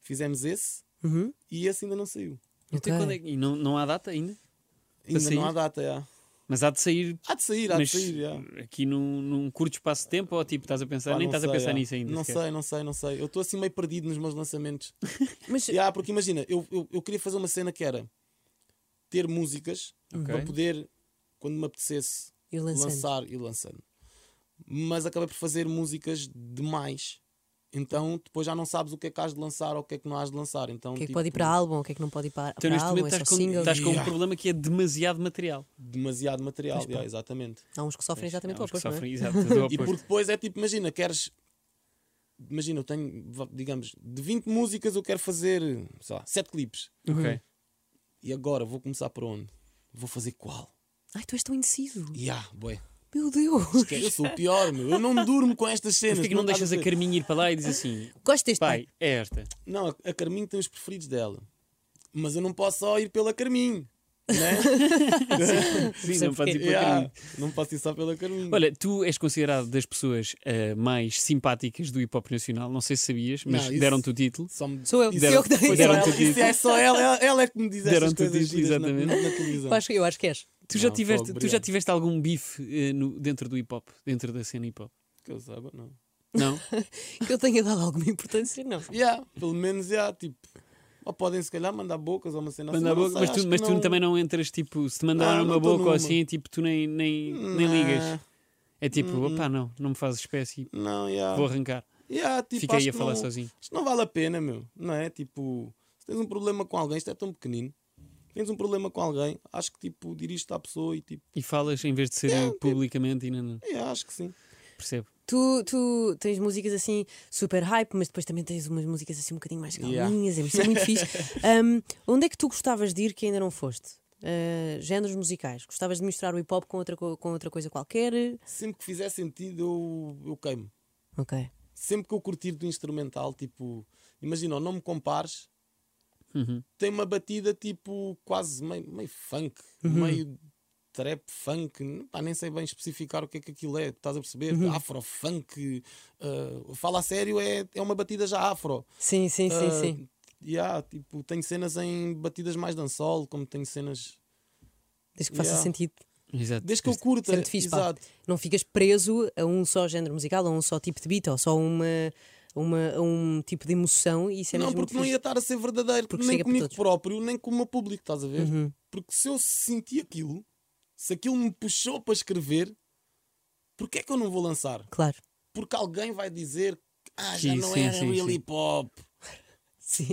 S1: fizemos esse
S2: Uhum.
S1: e esse ainda não saiu.
S3: Então,
S2: Ok.
S3: quando é que- E não, não há data ainda?
S1: Ainda
S3: sair?
S1: não há data. yeah.
S3: Mas há de sair.
S1: Há de sair, há
S3: Assim? mas
S1: de sair. yeah.
S3: aqui num, num curto espaço de tempo ou tipo estás a pensar,
S1: Pá,
S3: nem
S1: não
S3: estás a
S1: sei,
S3: pensar
S1: yeah.
S3: nisso ainda.
S1: Não
S3: sequer.
S1: sei, não sei, não sei. Eu estou assim meio perdido nos meus lançamentos.
S2: Mas
S1: Yeah, porque imagina, eu, eu, eu queria fazer uma cena que era ter músicas
S3: Ok.
S1: para poder, quando me apetecesse,
S2: eu lançando.
S1: lançar e lançando. Mas acabei por fazer músicas demais. Então depois já não sabes o que é que has de lançar ou o que é que não has de lançar. Então,
S2: O que é que
S1: tipo,
S2: pode ir para álbum? O que é que não pode ir para,
S3: Então
S2: para
S3: neste
S2: álbum?
S3: momento
S2: É só
S3: estás com,
S2: single?
S3: estás com um
S1: Yeah.
S3: problema que é demasiado material.
S1: Demasiado material,
S2: Mas pá.
S1: yeah, exatamente.
S2: Há uns que sofrem exatamente
S3: Há
S2: o
S3: uns que
S2: oposto, não é?
S3: sofrem, exato, do
S1: E
S3: oposto.
S1: porque depois é tipo, imagina, queres. Imagina, eu tenho, va- digamos, de 20 músicas eu quero fazer, sei lá, 7 clipes.
S3: Ok.
S1: E agora vou começar por onde? Vou fazer qual?
S2: Ai, tu és tão indeciso.
S1: Yeah, boy.
S2: Meu Deus.
S1: Eu sou o pior, meu. Eu não durmo com estas cenas.
S3: Mas porquê que não
S1: estás
S3: deixas a
S1: ver?
S3: Carminha ir para lá e diz assim:
S2: Gosto deste pai.
S3: pai, é esta.
S1: Não, a a Carminho tem os preferidos dela. Mas eu não posso só ir pela Carminho. né?
S3: Sim, não
S2: percebo
S3: pode
S2: porquê.
S3: ir pela
S1: Yeah,
S3: caminho.
S1: Não posso ir só pela caminho.
S3: Olha, tu és considerado das pessoas eh, mais simpáticas do hip hop nacional, não sei se sabias, mas
S1: Não, isso-
S3: deram-te o título.
S1: Só me-
S2: Sou eu,
S3: Deram-
S2: sou eu que dei.
S1: Foi só
S3: Deram-te
S1: ela-
S3: o título.
S1: isso é só ela, ela- ela é que me diz estas
S3: Deram-te o
S1: coisas
S3: título,
S1: giras na, na,
S3: exatamente.
S1: na televisão.
S2: Eu acho, eu acho que és.
S3: Tu já,
S1: Não,
S3: tiveste,
S1: fogo,
S3: tu já
S1: obrigado.
S3: tiveste algum bife eh, no- dentro do hip hop, dentro da cena hip hop?
S1: Que eu saiba, não.
S3: Não?
S2: Que eu tenha dado alguma importância, não.
S1: Yeah, pelo menos, yeah, tipo. Ou podem, se calhar, mandar bocas ou uma cena assim.
S3: Manda a
S1: não
S3: boca,
S1: sei,
S3: mas
S1: acho
S3: tu,
S1: que
S3: mas tu
S1: não-
S3: também não entras, tipo, se te mandaram
S1: Não,
S3: uma
S1: não tô
S3: boca ou
S1: numa.
S3: assim, tipo, tu nem, nem, nem
S1: Nah, Hum,
S3: ligas. É tipo, opá, não, não me fazes espécie,
S1: Não, yeah.
S3: vou arrancar.
S1: Yeah, Ah. tipo,
S3: Fiquei
S1: acho
S3: a
S1: que
S3: falar
S1: não-
S3: sozinho.
S1: Isto não vale a pena, meu. Não é? Tipo, se tens um problema com alguém, isto é tão pequenino. Tens um problema com alguém, acho que tipo, dirige-te à pessoa e tipo,
S3: E falas em vez de ser eh, publicamente e não, não,
S1: é, acho que sim.
S3: percebo.
S2: Tu, tu tens músicas assim super hype, mas depois também tens umas músicas assim um bocadinho mais
S1: Yeah.
S2: calminhas, é muito- muito fixe. Um, onde é que tu gostavas de ir que ainda não foste? Uh, géneros musicais. Gostavas de misturar o hip hop com outra, co- com outra coisa qualquer?
S1: Sempre que fizer sentido, eu, eu queimo.
S2: Ok.
S1: Sempre que eu curtir do instrumental, tipo, imagina, o não me compares,
S3: Uhum.
S1: tem uma batida tipo quase meio, meio funk, meio trap funk, pá, nem sei bem especificar o que é que aquilo é, estás a perceber? Afro funk, ah, fala a sério, é, é uma batida já afro.
S2: Sim, sim, sim,
S1: Ah,
S2: sim.
S1: yeah, tipo, tenho cenas em batidas mais dançol, como tenho cenas.
S2: Desde que faça
S1: yeah.
S2: sentido.
S3: Exato.
S1: Desde que eu curta.
S2: Sempre fiz, pá.
S1: exato.
S2: Não ficas preso a um só género musical, a um só tipo de beat, ou só uma, uma, a um tipo de emoção e isso é
S1: não,
S2: mesmo
S1: porque
S2: muito
S1: não
S2: fixe.
S1: ia estar a ser verdadeiro,
S2: Porque
S1: nem
S2: chega para
S1: comigo
S2: todos. Uhum.
S1: próprio, nem com o meu público, estás a ver? Porque se eu senti aquilo, se aquilo me puxou para escrever, porquê é que eu não vou lançar?
S2: Claro.
S1: Porque alguém vai dizer ah, já
S3: Sim,
S1: não
S3: sim,
S1: era
S3: sim,
S1: real
S3: sim.
S1: hip hop.
S2: Sim.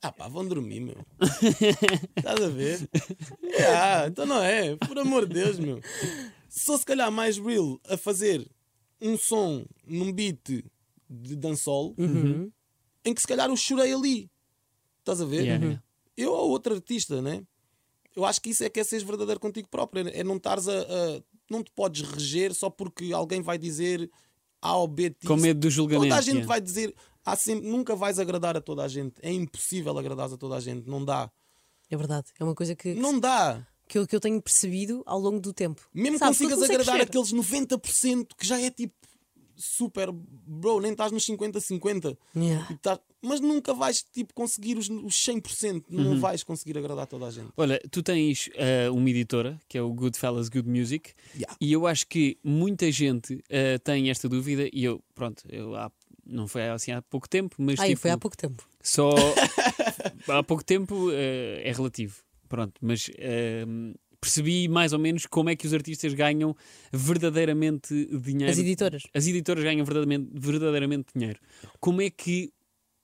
S1: Ah pá, vão dormir, meu. Estás a ver? Ah, então não é, por amor de Deus, meu. Sou se calhar mais real a fazer um som num beat de dançol
S3: Uhum.
S1: em que se calhar eu chorei ali. Estás a ver?
S3: Yeah, yeah.
S1: Eu ou outro artista, né? Eu acho que isso é que é seres verdadeiro contigo próprio. É não estares a, a- Não te podes reger só porque alguém vai dizer A ou B.
S3: Com
S1: diz-
S3: medo do julgamento.
S1: Toda a gente
S3: yeah.
S1: vai dizer. Há sempre, nunca vais agradar a toda a gente. É impossível agradar a toda a gente. Não dá.
S2: É verdade. É uma coisa que,
S1: Não dá.
S2: que, eu, que eu tenho percebido ao longo do tempo.
S1: Mesmo que
S2: Sabes, tu
S1: consigas
S2: consegues
S1: agradar
S2: ver.
S1: aqueles 90% que já é tipo super bro, nem estás nos 50-50.
S2: Yeah.
S1: Tipo, estás- Mas nunca vais tipo, conseguir os, os 100%.
S3: Uhum.
S1: Não vais conseguir agradar toda a gente.
S3: Olha, tu tens eh, uma editora, que é o Goodfellas Good Music,
S1: Yeah.
S3: e eu acho que muita gente eh, tem esta dúvida, e eu, pronto, eu há- não foi assim há pouco tempo, mas
S2: Ah, e
S3: tipo,
S2: foi há pouco tempo.
S3: só há pouco tempo eh, é relativo, pronto, mas eh, percebi mais ou menos como é que os artistas ganham verdadeiramente dinheiro.
S2: As editoras.
S3: As editoras ganham verdadeiramente, verdadeiramente dinheiro. Como é que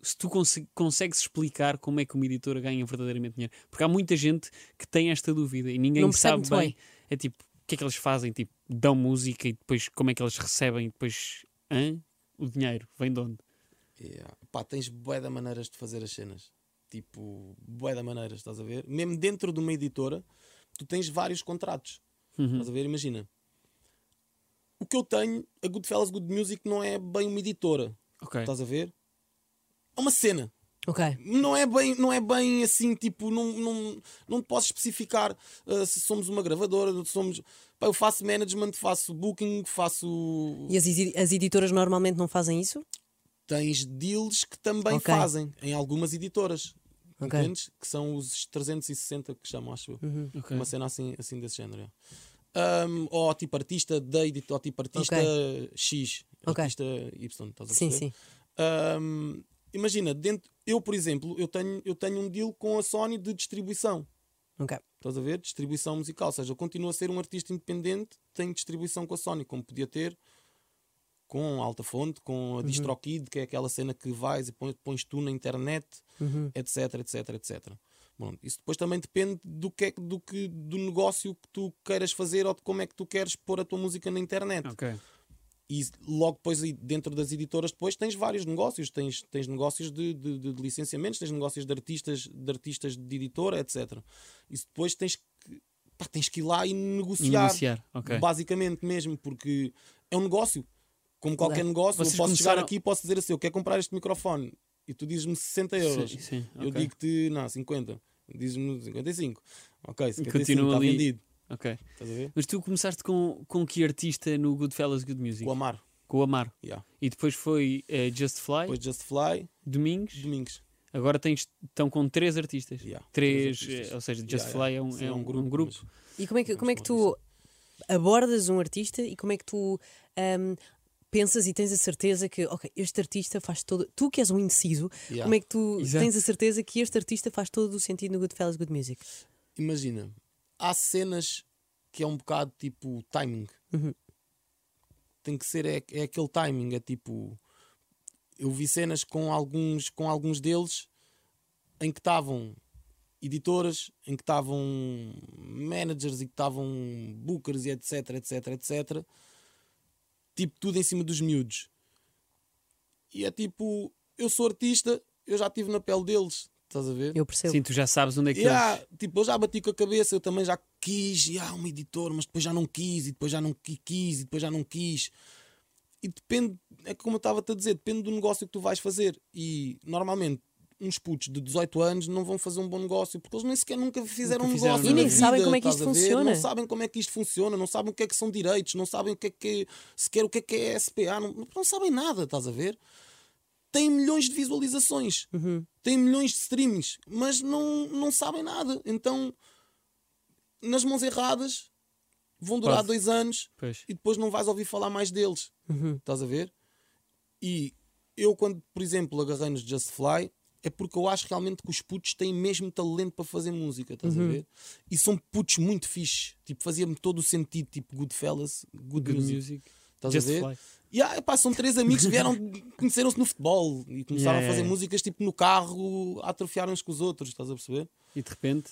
S3: se tu conse- consegues explicar como é que uma editora ganha verdadeiramente dinheiro? Porque há muita gente que tem esta dúvida e ninguém
S2: Não percebe
S3: sabe
S2: muito
S3: bem.
S2: bem.
S3: É tipo, o que é que eles fazem? Tipo, dão música e depois como é que eles recebem? E depois, hã? O dinheiro vem de onde?
S1: Yeah. É, Pá, tens bué da maneiras de fazer as cenas. Tipo, bué da maneiras, estás a ver? Mesmo dentro de uma editora, tu tens vários contratos. Estás a ver? Imagina. O que eu tenho, a Goodfellas Good Music não é bem uma editora.
S3: Ok.
S1: Estás a ver? É uma cena.
S2: Ok.
S1: Não é bem, não é bem assim, tipo, não, não, não te posso especificar ah, se somos uma gravadora, se somos. Pá, eu faço management, faço booking, faço.
S2: E as, edi- as editoras normalmente não fazem isso?
S1: tens deals que também
S2: Ok.
S1: fazem em algumas editoras.
S2: Ok. Uhum.
S1: Entendes? Que são os 360 que chamam, acho eu.
S3: Ok.
S1: Uma cena assim, assim desse género. é. Um, ou tipo artista da edit- ou tipo artista X,
S2: Ok.
S1: artista Y, estás a
S2: Sim,
S1: perceber?
S2: sim.
S1: Um, imagina, dentro, eu, por exemplo, eu tenho, eu tenho um deal com a Sony de distribuição.
S2: Ok.
S1: Estás a ver? Distribuição musical. Ou seja, eu continuo a ser um artista independente, tenho distribuição com a Sony, como podia ter com a Alta Fonte, com a DistroKid, que é aquela cena que vais e pões, pões tu na internet, etc, etc, etc. Bom, isso depois também depende do que, é que- do que do negócio que tu queiras fazer ou de como é que tu queres pôr a tua música na internet
S3: Ok.
S1: e logo depois aí dentro das editoras depois tens vários negócios tens, tens negócios de, de- de licenciamentos tens negócios de artistas de artistas de editora etc e depois tens que pá, tens que ir lá e negociar,
S3: Negociar, ok.
S1: basicamente mesmo porque é um negócio como qualquer
S2: Claro.
S1: negócio
S3: Vocês
S1: eu posso chegar
S3: começaram-
S1: aqui e posso dizer assim eu quero comprar este microfone e tu dizes-me 60 euros
S3: Sim, sim,
S1: eu
S3: ok.
S1: digo-te não 50 Diz-me 55. Ok, 55
S3: Continua
S1: está
S3: Um ali.
S1: tá vendido.
S3: Ok.
S1: Estás a ver?
S3: Mas tu começaste com, com que artista no Goodfellas Good Music?
S1: O Amaro.
S3: Com o Amaro.
S1: Yeah.
S3: E depois foi eh, Just Fly,
S1: Depois Just Fly,
S3: Domingos.
S1: Domingos.
S3: Agora tens, estão com três artistas.
S1: Yeah,
S3: Três,
S1: três artistas.
S3: eh, ou seja, Just
S1: Yeah,
S3: Fly
S1: yeah.
S3: é um,
S1: Sim,
S3: é um, um grupo.
S1: mas-
S2: E como é que,
S1: Vamos
S2: como é que
S1: falar
S2: tu abordas um artista e como é que tu ahm, pensas e tens a certeza que, ok, este artista faz todo. Tu que és um indeciso,
S1: Yeah.
S2: como é que tu
S3: Exato.
S2: tens a certeza que este artista faz todo o sentido no Goodfellas Good Music?
S1: Imagina, há cenas que é um bocado tipo timing. Tem que ser, é, é aquele timing, é tipo. Eu vi cenas com alguns, com alguns deles em que estavam editoras, em que estavam managers e que estavam bookers e etc, etc, etc. Tipo, tudo em cima dos miúdos. E é tipo, eu sou artista, eu já estive na pele deles, estás a ver?
S2: Eu percebo.
S3: Sim, tu já sabes onde é que
S1: Yeah,
S3: eles...
S1: tipo, eu já bati com a cabeça, eu também já quis, e há uma editora, mas depois já não quis, e depois já não qui- quis, e depois já não quis. E depende, é como eu estava-te a dizer, depende do negócio que tu vais fazer. E normalmente uns putos de 18 anos não vão fazer um bom negócio porque eles nem sequer nunca fizeram
S3: Nunca
S1: um
S3: fizeram
S1: negócio.
S3: nada.
S1: na
S3: E nem
S2: sabem
S1: vida,
S2: como é que isto
S1: estás a ver?
S2: funciona.
S1: Não sabem como é que isto funciona, não sabem o que é que são direitos, não sabem o que é que é, sequer o que é que é SPA, não, não sabem nada, estás a ver? Tem milhões de visualizações
S2: Uhum.
S1: têm milhões de streams, mas não, não sabem nada. Então, nas mãos erradas, vão durar
S3: Pode.
S1: dois anos
S3: Pois. Uhum.
S1: e depois não vais ouvir falar mais deles. Estás a ver? E eu, quando, por exemplo, agarrei nos Just Fly, é porque eu acho realmente que os putos têm mesmo talento para fazer música, estás
S3: Uhum.
S1: a ver? E são putos muito fixe. Tipo, fazia-me todo o sentido, tipo Goodfellas, Good,
S3: Good
S1: music.
S3: Music.
S1: Estás
S3: Just
S1: a ver?
S3: Fly.
S1: E ah, epá, são três amigos que vieram, conheceram-se no futebol e
S3: Yeah,
S1: começaram a fazer
S3: yeah.
S1: músicas tipo no carro, a atrofiar uns com os outros, estás a perceber?
S3: E de repente...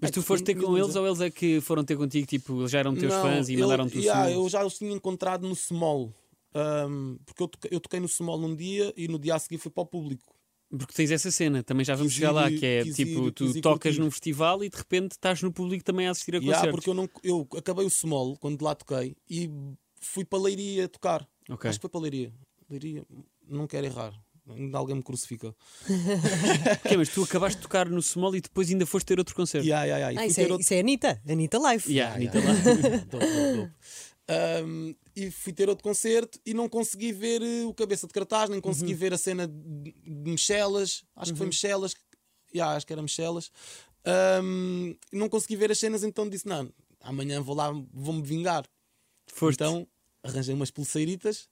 S3: Mas
S1: É,
S3: tu foste ter com
S1: ninguém
S3: eles
S1: usa.
S3: ou eles é que foram ter contigo? Tipo, eles já eram teus
S1: Não,
S3: fãs e
S1: eu-
S3: mandaram-te o
S1: yeah,
S3: som?
S1: Eu já os tinha encontrado no Small, ahm, porque eu toquei, eu toquei no Small num dia e no dia a seguir fui para o público.
S3: Porque tens essa cena, também já vamos
S1: Quis
S3: chegar lá,
S1: ir-
S3: que é
S1: quis
S3: tipo,
S1: ir- quis
S3: tu
S1: ir
S3: tocas
S1: curtir.
S3: num festival e de repente estás no público também a assistir a
S1: Yeah,
S3: concertos.
S1: porque eu, não, eu acabei o Small quando lá toquei e fui para Leiria tocar.
S3: Ok.
S1: Acho que foi para Leiria. Leiria, não quero errar, ainda alguém me crucifica.
S3: Quê? Mas tu acabaste de tocar no Small e depois ainda foste ter outro concerto.
S1: Yeah, yeah, yeah. E
S2: Ah,
S1: fui
S2: isso
S1: ter
S2: é,
S1: outro-
S2: isso é Anitta, Anitta Life.
S3: Yeah, Anitta
S1: yeah, yeah. Dope, dope, dope. Um, e fui ter outro concerto e não consegui ver eh, o cabeça de cartaz, nem
S3: Uhum.
S1: consegui ver a cena de, de Michelas, acho que foi Michelas, yeah, acho que era Michelas. Um, não consegui ver as cenas, então disse: Não, amanhã vou lá, vou-me vingar.
S3: Foste
S1: Então arranjei umas pulseiritas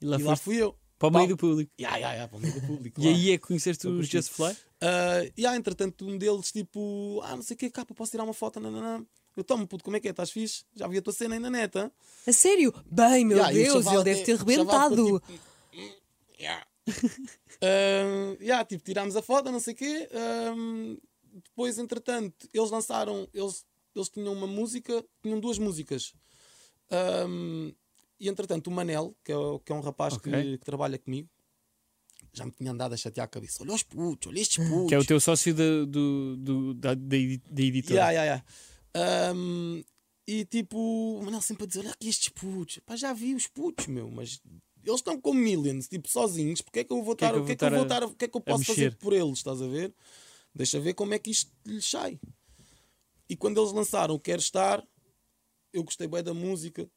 S3: e lá
S1: e lá
S3: foste
S1: fui eu.
S3: para o meio do público.
S1: Yeah, yeah, yeah, para o meio do público.
S3: E
S1: lá.
S3: aí é que conheceste
S1: Para
S3: os
S1: curtir.
S3: Just Fly?
S1: Ah, e há, entretanto, um deles tipo, ah, não sei o que, capa, posso tirar uma foto? Nananã. Eu tomo, puto, como é que é? Estás fixe? Já vi a tua cena aí na neta.
S2: A sério? Bem, meu
S1: Yeah, e o
S2: Deus,
S1: chaval
S2: ele deve
S1: até-
S2: ter
S1: o chaval
S2: arrebentado.
S1: ficou tipo, "Hum, yeah." Ah, yeah, tipo, tirámos a foto, não sei o quê. ahm, depois, entretanto, eles lançaram, eles, eles tinham uma música, tinham duas músicas. Ahm, e entretanto, o Manel, que é, o- que é um rapaz
S3: Ok.
S1: que, que trabalha comigo, já me tinha andado a chatear a cabeça. Olha os putos, olha estes putos.
S3: Que é o teu sócio da, do, do- da, da edi- da editora.
S1: Yeah, yeah, yeah. Um, e tipo, o Manel sempre a dizer: olha aqui estes putos. Pá, já vi os putos, meu, mas eles estão com millions, tipo, sozinhos. Porque é que eu vou
S3: Que é
S1: estar,
S3: que eu
S1: o que é que
S3: vou
S1: eu vou
S3: estar
S1: estar,
S3: a-
S1: o que é que eu
S3: a
S1: posso
S3: mexer?
S1: fazer por eles, estás a ver? Deixa ver como é que isto lhes sai. E quando eles lançaram o Quero Estar, eu gostei bem da música,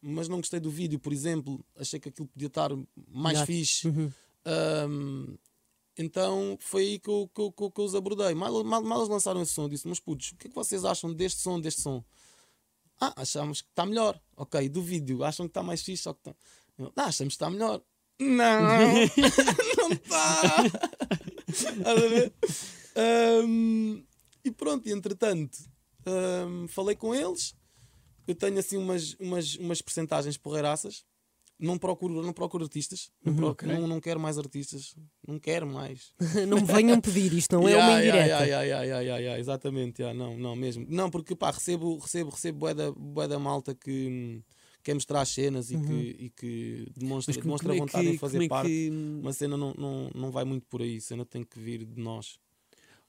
S1: mas não gostei do vídeo, por exemplo. Achei que aquilo podia estar mais
S2: Exato.
S1: fixe. Um, então foi aí que eu, que eu- que eu- que eu os abordei. Mal, mal, mal eles lançaram esse som, eu disse: Mas putos, o que é que vocês acham deste som, deste som? Ah, achamos que está melhor. Ok, do vídeo, acham que está mais fixe? Ou que tá... Eu, Ah, achamos que está melhor. Não, não está. Estás a ver? Um, e pronto, e entretanto, um, falei com eles. Eu tenho assim umas, umas, umas percentagens porreiraças. Não procuro, não procuro artistas. Não, procuro-
S3: Uhum, Ok.
S1: não, não quero mais artistas. Não quero mais.
S2: não me venham pedir, isto
S3: Então
S2: não é
S1: Yeah,
S2: uma indireta.
S1: yeah, yeah, yeah, yeah, yeah, yeah, exatamente, yeah, não, não mesmo. Não, porque pá, recebo, recebo, recebo bué da, bué da malta que hum, quer mostrar as cenas e, que, e que demonstra,
S3: Uhum. Mas como,
S1: demonstra
S3: como é
S1: vontade
S3: que,
S1: em fazer
S3: como é
S1: parte.
S3: que-
S1: Mas a cena não, não, não vai muito por aí, a cena tem que vir de nós.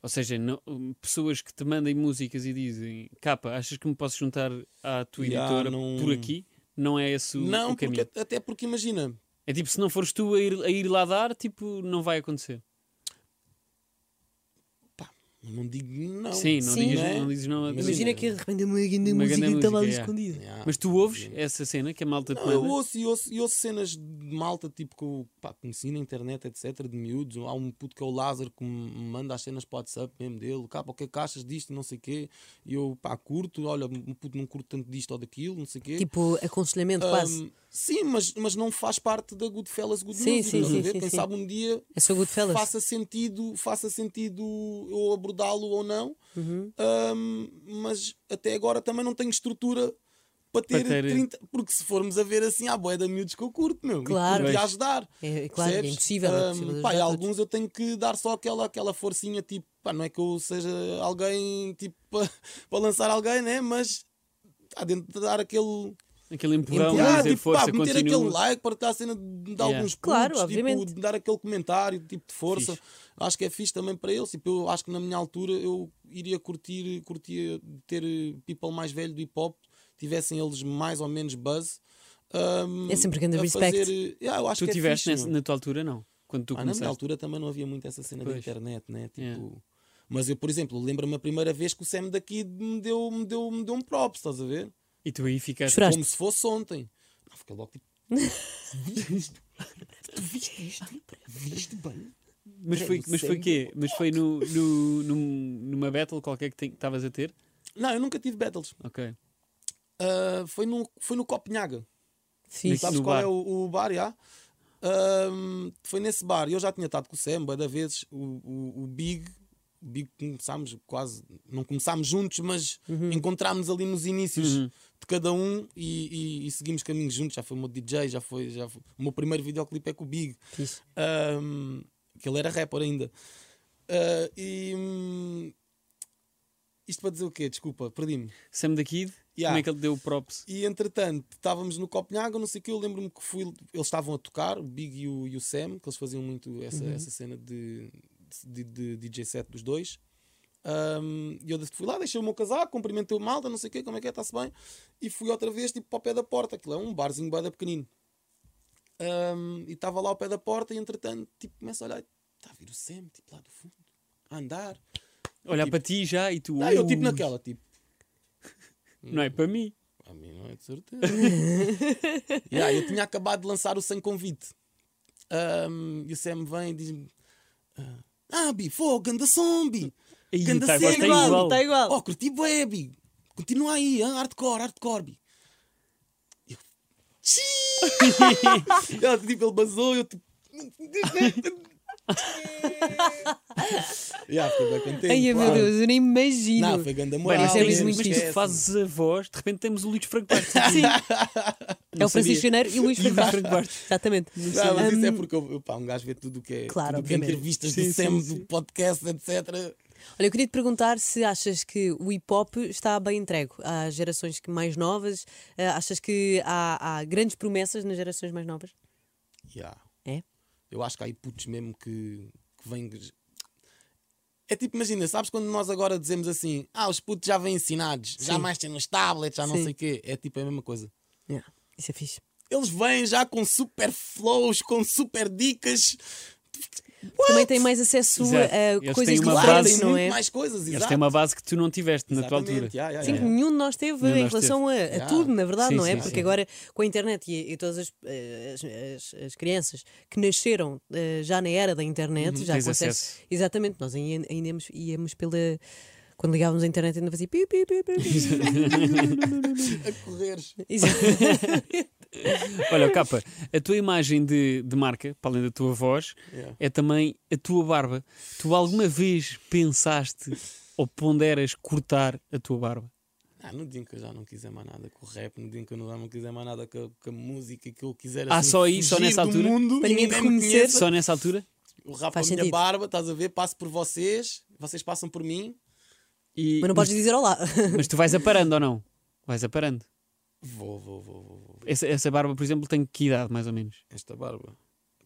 S3: Ou seja, não- pessoas que te mandem músicas e dizem capa, achas que me posso juntar à tua
S1: Yeah,
S3: editora
S1: não-
S3: por aqui? Não é esse o,
S1: não,
S3: o caminho.
S1: porque, até porque imagina,
S3: É tipo, se não fores tu a ir, a ir lá dar, tipo, não vai acontecer.
S1: Não digo não.
S3: Sim, né? não,
S2: Sim.
S3: Dizes,
S1: Não é?
S3: não dizes não a
S1: Imagina-
S2: Imagina que de repente uma grande
S3: Uma
S2: música
S3: grande
S2: e está lá
S3: música, é.
S2: escondida.
S1: Yeah.
S3: Mas tu ouves essa cena que a malta te
S2: é
S1: Não, eu
S3: manda?
S1: ouço e ouço, e ouço cenas de malta tipo que eu pá, conheci na internet, etc. De miúdos. Há um puto que é o Lázaro que me manda as cenas para o WhatsApp mesmo dele. Capa, o que é que achas disto? Não sei o quê. E eu pá, curto. Olha, um puto não curto tanto disto ou daquilo, não sei o quê.
S2: Tipo, aconselhamento
S1: Ahm,
S2: quase.
S1: Sim, mas, mas não faz parte da Goodfellas Good
S2: Sim,
S1: Music.
S2: sim,
S1: estás a
S2: sim,
S1: ver?
S2: sim,
S1: Quem
S2: sim.
S1: sabe um dia
S2: É só Goodfellas.
S1: faça sentido, faça sentido eu abordá-lo ou não,
S2: Uhum.
S1: Ahm, mas até agora também não tenho estrutura para ter,
S3: Para
S2: eh,
S3: ter-
S1: 30, porque se formos a ver assim, há boia da miúdos que eu curto, meu,
S2: Claro.
S1: e
S3: Pois.
S1: a ajudar.
S2: É, é claro, é
S1: percebes?
S2: impossível. é
S1: Ahm,
S2: impossível
S1: pá, e
S2: ajudar todos.
S1: alguns eu tenho que dar só aquela, aquela forcinha, tipo, pá, não é que eu seja alguém tipo para, para lançar alguém, né? mas há dentro de dar aquele
S3: Aquele empurrão,
S1: empurrar,
S3: dizer
S1: tipo,
S3: força,
S1: pá, meter aquele
S3: continua.
S1: like, partilhar a cena de, de
S3: Yeah.
S1: alguns
S2: Claro,
S1: putos,
S2: obviamente.
S1: tipo, dar aquele comentário, tipo, de força.
S3: Fixe.
S1: Acho que é fixe também para eles. Tipo, eu acho que na minha altura eu iria curtir, curtia ter eh, people mais velho do hip hop, tivessem eles mais ou menos buzz. ahm,
S2: É sempre grande
S1: a
S2: respect.
S1: fazer, eh, yeah, eu acho
S3: Tu
S1: que é
S3: tiveste
S1: fixe,
S3: nesse-
S1: meu.
S3: na tua altura, não? Quando tu
S1: Ah, na minha
S3: começaste.
S1: altura também não havia muito essa cena
S3: Pois.
S1: da internet, né? Tipo,
S3: Yeah.
S1: Mas eu, por exemplo, lembro-me a primeira vez que o Sam daqui me deu, me deu, me deu um props, estás a ver?
S3: E tu aí ficaste.
S2: Choraste.
S1: Como se fosse ontem. Não, fiquei logo tipo.
S3: Mas foi, mas foi quê? Mas foi no, no, num- numa battle qualquer que tem- que estavas a ter?
S1: Não, eu nunca tive battles.
S3: Ok.
S1: Ah, foi, no, foi no Copenhaga.
S2: Fixe.
S1: Sabes
S3: No
S1: qual
S3: bar.
S1: é o, o bar, já? Ahm, foi nesse bar. Eu já tinha estado com o Sam, bué da vezes. O, o, o Big, o Big começámos quase... Não começámos juntos, mas
S3: Uhum.
S1: encontrámos ali nos inícios de cada um e, e- e seguimos caminhos juntos. Já foi o meu DJ, já foi, já foi... O meu primeiro videoclipe é com o Big.
S2: Fixe.
S1: Ahm, que ele era rapper ainda. Ah, e... hum, Isto para dizer o quê? Desculpa, perdi-me.
S3: Sam da Kid,
S1: Yeah.
S3: como é que ele deu o props?
S1: E entretanto, estávamos no Copenhaga, não sei o que, eu lembro-me que fui. Eles estavam a tocar, o Big e o, e o Sam, que eles faziam muito essa, essa cena de, de, de DJ set dos dois. Ahm, E eu fui lá, deixei o meu casaco, cumprimentei o malta, não sei o que, como é que é, está-se bem. E fui outra vez, tipo, para o pé da porta, aquilo é um barzinho bada pequenino. Ahm, e estava lá ao pé da porta, e entretanto, tipo, começa a olhar, está a vir o Sam, tipo, lá do fundo, a andar.
S3: Olhar
S1: Tipo-
S3: para ti já e tu.
S1: Não, eu, tipo,
S3: "Ui,
S1: naquela, tipo.
S3: Não é para mim.
S1: A mim não é de certeza. yeah, eu tinha acabado de lançar o Sem Convite. Ahm, e o Sam vem e diz-me: ah, Ah, Bi, fogo, ganda som, Bi.
S3: Ih,
S1: Ganda
S3: tá,
S1: cena,
S3: gosto, é
S1: Bi.
S3: igual.
S2: Tá igual.
S1: Oh, curti bué, Bi. Continua aí, ah, hardcore, hardcore, Bi. E Eu, "Tchiii." Ele, tipo, ele basou, eu tipo. yeah, fiquei bem contente.
S2: Ai, meu
S1: claro.
S2: Deus, eu nem imagino.
S1: Não, foi ganda moral.
S3: Mano, mas,
S2: Isso é
S3: tens-
S2: mesmo
S3: mas
S2: muito
S3: tu
S1: esquece.
S3: fazes a voz, de repente temos o Luís Franco Bastos.
S2: Sim. é o Francisco
S3: sabia.
S2: Janeiro e o Luís Franco Bastos. Exatamente.
S1: Não, mas isso é
S2: Hum,
S1: porque eu- eu, pá, um gajo vê tudo o que é,
S2: Claro,
S1: tudo o que é
S2: obviamente.
S1: entrevistas
S3: Sim,
S1: do SEM,
S3: sim, sim.
S1: do podcast, etc.
S2: Olha, eu queria te perguntar se achas que o hip hop está bem entregue às gerações que- mais novas. Ah, Achas que há, há grandes promessas nas gerações mais novas?
S1: Yeah.
S2: É?
S1: Eu acho que há aí putos mesmo que, que vêm. É tipo, imagina, sabes quando nós agora dizemos assim: ah, os putos já vêm ensinados, já mais têm nos tablets, já não
S2: Sim.
S1: sei o quê. É tipo a mesma coisa.
S2: Isso é fixe.
S1: Eles vêm já com super flows, com super dicas,
S2: Também tem mais acesso
S3: Exato.
S2: a
S3: Eles têm
S2: coisas
S3: uma
S1: claro,
S3: base,
S1: têm
S2: diferentes, não
S1: muito
S2: é?
S1: mais coisas.
S3: Eles
S1: exato.
S3: têm uma base que tu não tiveste na tua
S1: Exatamente,
S3: altura.
S1: yeah, yeah,
S2: Sim, que
S1: yeah.
S2: nenhum de nós teve
S3: Nenhum de
S2: em
S3: nós
S2: relação a, a
S1: Yeah.
S2: tudo, na verdade,
S3: Sim,
S2: não é?
S3: sim,
S2: Porque
S3: sim.
S2: agora com a internet e, e todas as, as, as- as crianças que nasceram eh, já na era da internet, já
S3: Uhum. tens
S2: com acesso.
S3: acesso.
S2: Exatamente, nós ainda, ainda íamos, íamos pela. Quando ligávamos à internet ainda fazia pi, pi, pi, pi, pi.
S1: A correres.
S2: Exatamente.
S3: Olha, capa, a tua imagem de, de marca, para além da tua voz,
S1: Yeah.
S3: é também a tua barba. Tu alguma vez pensaste ou ponderas cortar a tua barba?
S1: Ah, no dia em que eu já não quiser mais nada com o rap, no dia em que eu já não quiser mais nada com a, com a música que eu quiser
S3: Ah,
S1: assim,
S3: só aí, só
S1: fugir
S3: nessa
S1: do
S3: altura?
S1: mundo,
S2: Para ninguém te
S1: me
S2: conhecer?
S1: conheça.
S3: Só nessa altura?
S1: O rap a
S2: Faz
S1: minha
S2: sentido.
S1: barba, estás a ver? Passo por vocês, vocês passam por mim,
S3: E-
S2: Mas
S3: mas,
S2: não podes dizer olá.
S3: mas tu vais aparando ou não? Vais aparando.
S1: vou, vou, vou, vou, vou.
S3: Essa, essa barba, por exemplo, tem que idade, mais ou menos?
S1: Esta barba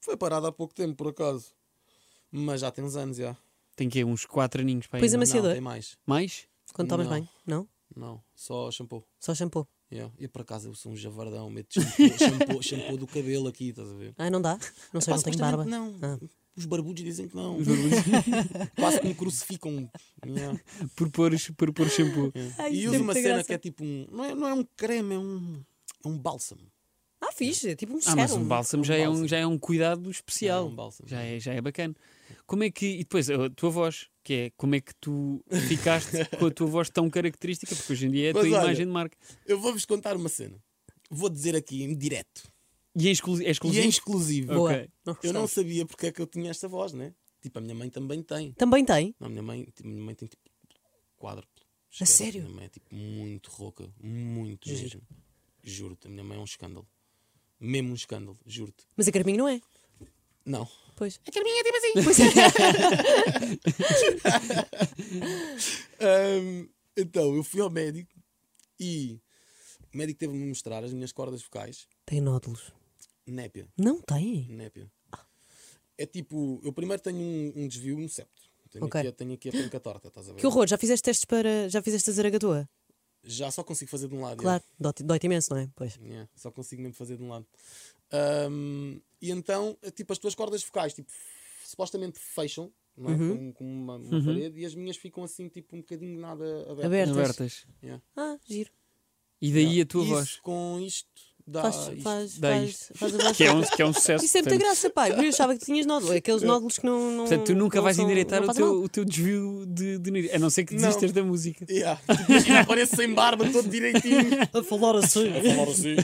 S1: foi parada há pouco tempo, por acaso, mas já tem uns anos já.
S3: Tem que uns 4 aninhos para aí.
S2: Pois é,
S3: não?
S2: Amaciador.
S1: Não, tem mais,
S3: Mais?
S2: Quando tomas
S1: Não.
S2: bem, não?
S1: não, só shampoo.
S2: Só shampoo.
S1: Yeah. Eu por acaso eu sou um javardão, meto shampoo, shampoo, shampoo do cabelo aqui, estás a ver?
S2: Ah, não dá? Não sei,
S1: Pá,
S2: não tens barba.
S1: supostamente não.
S2: Ah.
S1: Os barbudos dizem que não. Quase que me crucificam. Yeah.
S3: por pôr, por pôr shampoo.
S2: Ai,
S1: e
S2: isso
S1: uso
S2: tem
S1: uma
S2: muita
S1: cena
S2: graça.
S1: que é tipo um. Não é, não é um creme, é um. É um bálsamo.
S2: Ah, fixe, é tipo um
S3: Ah,
S2: sérum.
S3: mas um bálsamo,
S1: um
S3: já, É um,
S1: bálsamo.
S3: já é um cuidado especial.
S1: É um bálsamo.
S3: Já é, já é bacana. Como é que. E depois a tua voz, que é como é que tu ficaste com a tua voz tão característica, porque hoje em dia é a tua
S1: Mas olha,
S3: imagem de marca.
S1: Eu vou-vos contar uma cena. Vou dizer aqui em direto.
S3: E é, exclu é
S1: E é
S3: exclusivo.
S1: exclusivo.
S2: Boa.
S3: Ok.
S2: Não
S1: Eu não
S2: gostava.
S1: sabia porque é que eu tinha esta voz, né? Tipo, a minha mãe também tem.
S2: Também tem.
S1: Não, a minha mãe, a minha mãe tem tipo quádruplo.
S2: A
S1: Esquece,
S2: sério?
S1: A minha mãe é tipo muito rouca, muito
S2: Giro.
S1: mesmo. Juro-te, a minha mãe é um escândalo. Mesmo um escândalo, juro-te.
S2: Mas a Carminho não é.
S1: Não.
S2: Pois.
S1: A Carminha é tipo assim.
S2: Pois é.
S1: Ahm, então, eu fui ao médico e o médico teve-me mostrar as minhas cordas vocais.
S2: tem nódulos.
S1: Népia,
S2: Não tem.
S1: népia. É tipo, eu primeiro tenho um, um desvio, um septo. Tenho,
S2: Ok.
S1: aqui, a- tenho aqui a penca torta, estás a ver?
S2: Que horror, já fizeste testes para. Já fizeste a zaragatua?
S1: Já só consigo fazer de um lado.
S2: Claro, dói-te dói-te imenso, não é? Pois.
S1: Yeah, só consigo mesmo fazer de um lado. Ahm, e então, eh, tipo, as tuas cordas vocais, tipo, supostamente fecham, não é?
S2: Uhum.
S1: Como, como uma, uma parede, e as minhas ficam assim, tipo, um bocadinho nada abertas.
S2: Abertas.
S3: Abertas.
S1: Yeah.
S2: Ah, giro.
S3: E daí a tua
S1: Isso
S3: voz.
S1: com isto dá
S2: Faz,
S1: isto.
S2: faz,
S3: dá
S2: faz,
S3: Ah, isto.
S2: faz a voz.
S3: Que é um, que é um sucesso.
S2: Isso é muita
S3: portanto.
S2: graça, pá. Eu achava que tinhas nódulos. Aqueles nódulos que não. não
S3: Portanto, tu nunca
S2: não
S3: vais
S2: são-
S3: endireitar
S2: não
S3: o
S2: fazem
S3: teu,
S2: mal.
S3: o teu desvio de, de nariz. A não ser que
S1: Não.
S3: desistas da música.
S1: Yeah. Tipo, imagina, apareço sem barba, todo direitinho.
S2: A falar assim.
S1: Falar assim.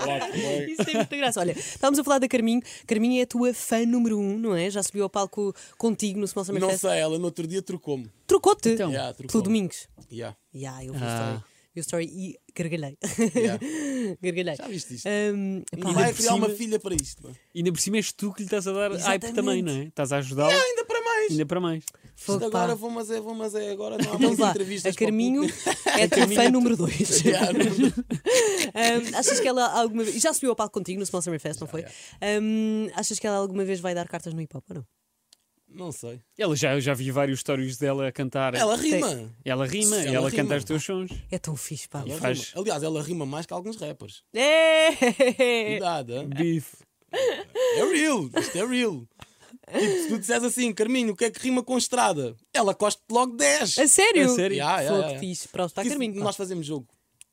S1: Olá, tudo bem?
S2: Isso tem muita graça. Olha, estávamos a falar da Carminho. Carminho é a tua fã número um, não é? Já subiu ao palco contigo no Small Summer
S1: Não
S2: Fest.
S1: sei, ela no outro dia trocou-me.
S2: Trocou-te
S3: Então.
S1: Yeah, trocou
S2: pelo Domingos.
S1: Yeah,
S2: Yeah, eu vi
S3: Ah.
S2: a story. Vi a story e gargalhei.
S1: yeah.
S2: gargalhei.
S1: Já viste isto?
S2: Um, epá,
S1: E vai
S3: por
S1: criar uma
S3: cima-
S1: filha para isto. pá.
S3: E ainda por cima és tu que lhe estás a dar hype
S2: Exatamente.
S3: também, não é? Estás a ajudá-lo
S1: Ainda para mais.
S3: ainda para mais.
S2: fogo,
S1: Isto
S2: pá.
S1: agora vou, mas é, vou, mas é. Agora não há
S2: Então
S1: mais
S2: vá,
S1: entrevistas.
S2: a Carminho é a tua fã número 2. Um, achas que ela alguma vez. Já subiu ao palco contigo no Small Summer Fest, não foi? Um, achas que ela alguma vez vai dar cartas no hip hop ou não?
S1: Não sei.
S3: Ela já, eu já vi vários stories dela a cantar.
S1: Ela rima.
S3: Ela rima,
S1: Ela
S3: e ela
S1: rima.
S3: canta os teus sons.
S2: É tão fixe, pá.
S1: Ela
S3: faz-
S1: rima. Aliás, ela rima mais que alguns rappers.
S2: É!
S1: Cuidado, hã?
S3: Bife.
S1: é real. Isto é real. Tipo, se tu disseres assim, Carminho, o que é que rima com estrada? Ela coste logo 10.
S2: A sério?
S3: A sério?
S1: Yeah, yeah,
S2: Fogo
S1: yeah.
S2: fixe. Pronto, está
S1: Porque isso-
S2: Carminho. pá.
S1: Nós fazemos jogo.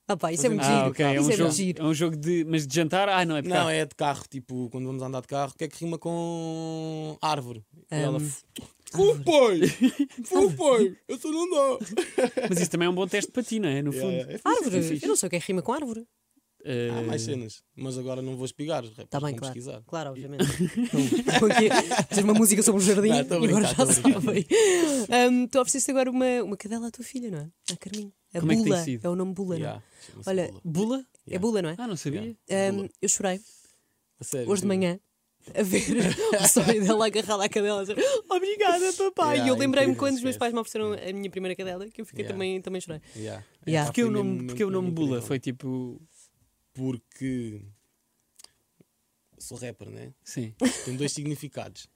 S2: Ah, pá, isso é muito
S3: Ah,
S2: giro.
S3: ok. É
S2: isso
S3: um,
S2: é muito
S3: jogo,
S2: giro.
S3: é um jogo de. Mas de jantar? Ah, não, é de
S1: Não,
S3: carro.
S1: é de carro, tipo, quando vamos andar de carro, o que é que rima com árvore? E ela f- Fupoi! Fupoi! Eu sou não dá!
S3: Mas isso também é um bom teste para ti, não é? No fundo.
S1: Yeah, yeah.
S3: É
S2: Árvore.
S3: fixe.
S2: Eu não sei o que é que rima com árvore.
S3: Eh,
S1: Há Ah, mais cenas, mas agora não vou espigar, os rappers
S2: Está Tá bem,
S1: vão
S2: claro.
S1: pesquisar.
S2: Claro, obviamente. Não, porque dizer uma música sobre o jardim
S1: Não, tô a
S2: e agora
S1: brincar,
S2: já
S1: tô a brincar.
S2: sabem. Um, tu ofereceste agora uma, uma cadela à tua filha, não é? A Carminho. A
S3: Como é que tem
S2: Bula.
S3: sido?
S2: o nome Bula,
S1: Yeah,
S2: não é?
S1: chama-se
S2: Olha,
S1: Bula.
S3: Bula?
S2: é Bula, não é?
S3: Ah, não sabia.
S1: Yeah.
S2: Um,
S1: Bula.
S2: eu chorei
S1: A sério,
S2: hoje de
S1: sim.
S2: manhã a ver o sonho dela agarrada à cadela a dizer obrigada, papai.
S1: Yeah,
S2: e eu lembrei-me
S1: incrível
S2: quando os
S1: esse
S2: meus
S1: gesto.
S2: pais me ofereceram a minha primeira cadela que eu fiquei
S1: Yeah.
S2: também, também chorei.
S1: Yeah. É,
S2: Yeah.
S1: pá,
S3: Porque o
S1: foi
S3: nome,
S1: mesmo-
S3: porque o
S1: mesmo
S3: nome Bula
S1: incrível.
S3: foi tipo.
S1: Porque sou rapper, né?
S3: Sim,
S1: Tem dois significados.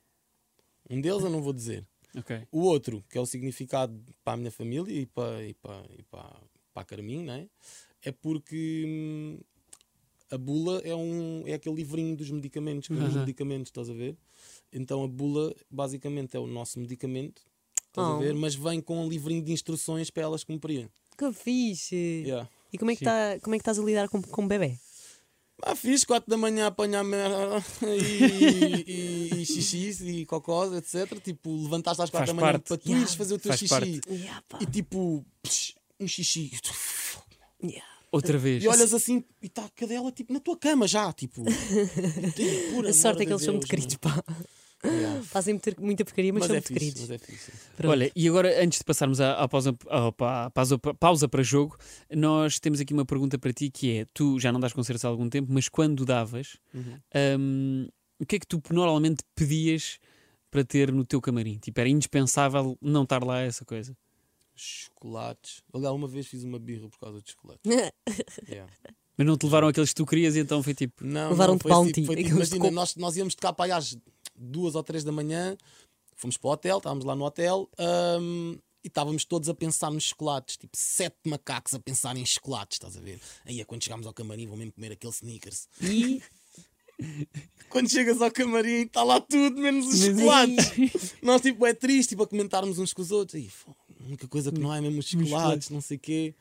S1: Um deles eu não vou dizer.
S3: ok.
S1: O outro, que é o significado para a minha família e para, e para, e para, para a Carminho, né? é porque hum, a bula é, um, é aquele livrinho dos medicamentos, que é os
S3: Aham.
S1: medicamentos, estás a ver? Então a bula basicamente é o nosso medicamento, estás a
S2: Oh.
S1: ver? Mas vem com um livrinho de instruções para elas cumprirem.
S2: Que fixe!
S1: Yeah.
S2: E como é, que tá, como é que estás a lidar com, com o bebê?
S1: Ah, fiz 4 da manhã a apanhar merda e, e, e xixis e cocós, etc. Tipo, levantaste às 4
S3: Faz
S1: da manhã
S3: parte.
S1: para tu
S2: Yeah.
S1: ires fazer o teu
S3: Faz
S1: xixi.
S3: parte.
S2: Yeah, pá.
S1: E tipo, psh, um xixi.
S2: Yeah.
S3: Outra vez.
S1: E olhas assim e está a cadela tipo, na tua cama já. Tipo, Ih, por
S2: A sorte é
S1: amor
S2: que eles
S1: de
S2: são
S1: Deus,
S2: muito queridos,
S1: mano.
S2: pá.
S1: Yeah.
S2: Fazem muita- muita porcaria, mas,
S1: Mas
S2: são
S1: é
S2: muito
S1: fixe.
S2: queridos.
S1: Mas é fixe.
S2: Pronto.
S3: Olha, e agora, antes de passarmos à, à pausa, à- pá- pausa, pausa para jogo, nós temos aqui uma pergunta para ti que é: tu já não das concertos há algum tempo, mas quando davas,
S1: Uhum.
S3: hum, o que é que tu normalmente pedias para ter no teu camarim? Tipo, era indispensável não estar lá essa coisa.
S1: Chocolates. Aliás, uma vez fiz uma birra por causa de chocolate. Yeah.
S3: Mas não te levaram aqueles que tu querias e então foi tipo.
S1: Não,
S2: Levaram
S1: não,
S2: de
S1: foi tipo-
S2: Bounty,
S1: foi tipo,
S2: aqueles de
S1: imagina,
S2: coco.
S1: nós, nós íamos tocar para aí às duas ou três da manhã, fomos para o hotel, estávamos lá no hotel, hum, e estávamos todos a pensar nos chocolates, tipo sete macacos a pensar em chocolates, estás a ver? Aí é quando chegámos ao camarim, vou mesmo comer aquele sneakers. E quando chegas ao camarim, está lá tudo, menos os chocolates. Nós, tipo, é triste, tipo, a comentarmos uns com os outros. Aí, fô, a única coisa que não é mesmo os chocolates, não sei o quê.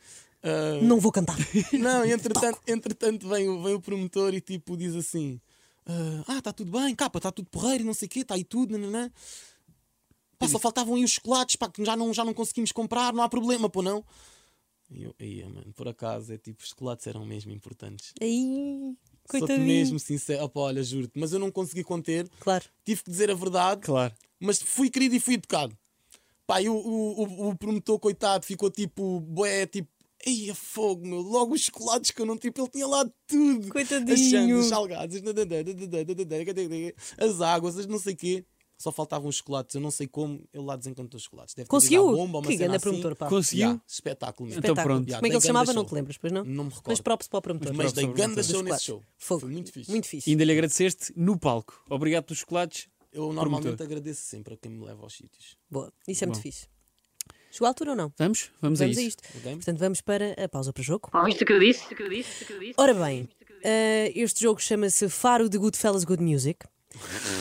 S1: Ah,
S2: Não vou cantar.
S1: não, e entretanto, entretanto vem, o, vem o promotor e tipo diz assim: "Ah, Ah, está tudo bem, capa, está tudo porreiro, e não sei o quê, está aí tudo, nananã. Pá, só faltavam aí os chocolates, pá, que já não, já não conseguimos comprar, não há problema, pô, não. E eu, ia, mano, por acaso, é tipo, os chocolates eram mesmo importantes.
S2: Aí,
S1: Sou-te
S2: coitadinho.
S1: mesmo sincero, opá, olha, juro-te, mas eu não consegui conter,
S2: Claro.
S1: tive que dizer a verdade,
S3: Claro.
S1: mas fui querido e fui educado. Pá, e o, o, o- o promotor, coitado, ficou tipo, boé, tipo, ei, a fogo, meu, logo os chocolates que eu não tive, ele tinha lá tudo.
S2: Coitadinho.
S1: As chances, os salgados, os dadadá, dadadá, dadadá, dadadá, as águas, as não sei quê. Só faltavam os chocolates, eu não sei como, ele lá desencantou os chocolates. Deve ter
S2: Conseguiu?
S1: ido à bomba, uma
S2: que
S1: cena
S2: grande
S1: assim.
S2: promotor, pá.
S3: Cons- Conseguiu?
S1: Yeah, espetáculo mesmo.
S3: Então
S2: Espetáculo.
S3: pronto.
S2: Como é que ele
S1: Tem
S2: se chamava?
S1: grande
S2: Não
S1: show.
S2: te lembras, pois não?
S1: Não me
S2: Mas
S1: recordo.
S2: props para o promotor.
S1: Os meios da
S3: Sobre o
S1: ganda
S3: promotor.
S1: show nesse
S2: Claro.
S1: show.
S2: Fogo.
S1: Foi muito fixe.
S2: Muito
S3: E
S2: fixe.
S3: ainda lhe agradeceste no palco. Obrigado pelos chocolates.
S1: Eu normalmente agradeço sempre a quem me leva aos sítios.
S2: Boa. Isso é muito
S3: Bom.
S2: fixe. Chegou à altura ou não?
S3: Vamos? Vamos,
S2: Vamos
S3: a
S2: a
S3: isso.
S2: isto.
S1: Ok?
S2: Portanto, vamos para a pausa para jogo.
S4: Ouviste o que eu disse? Ouviste o que eu disse? O que eu disse?
S2: Ora bem, eh, este jogo chama-se Faro de Goodfellas Good Music.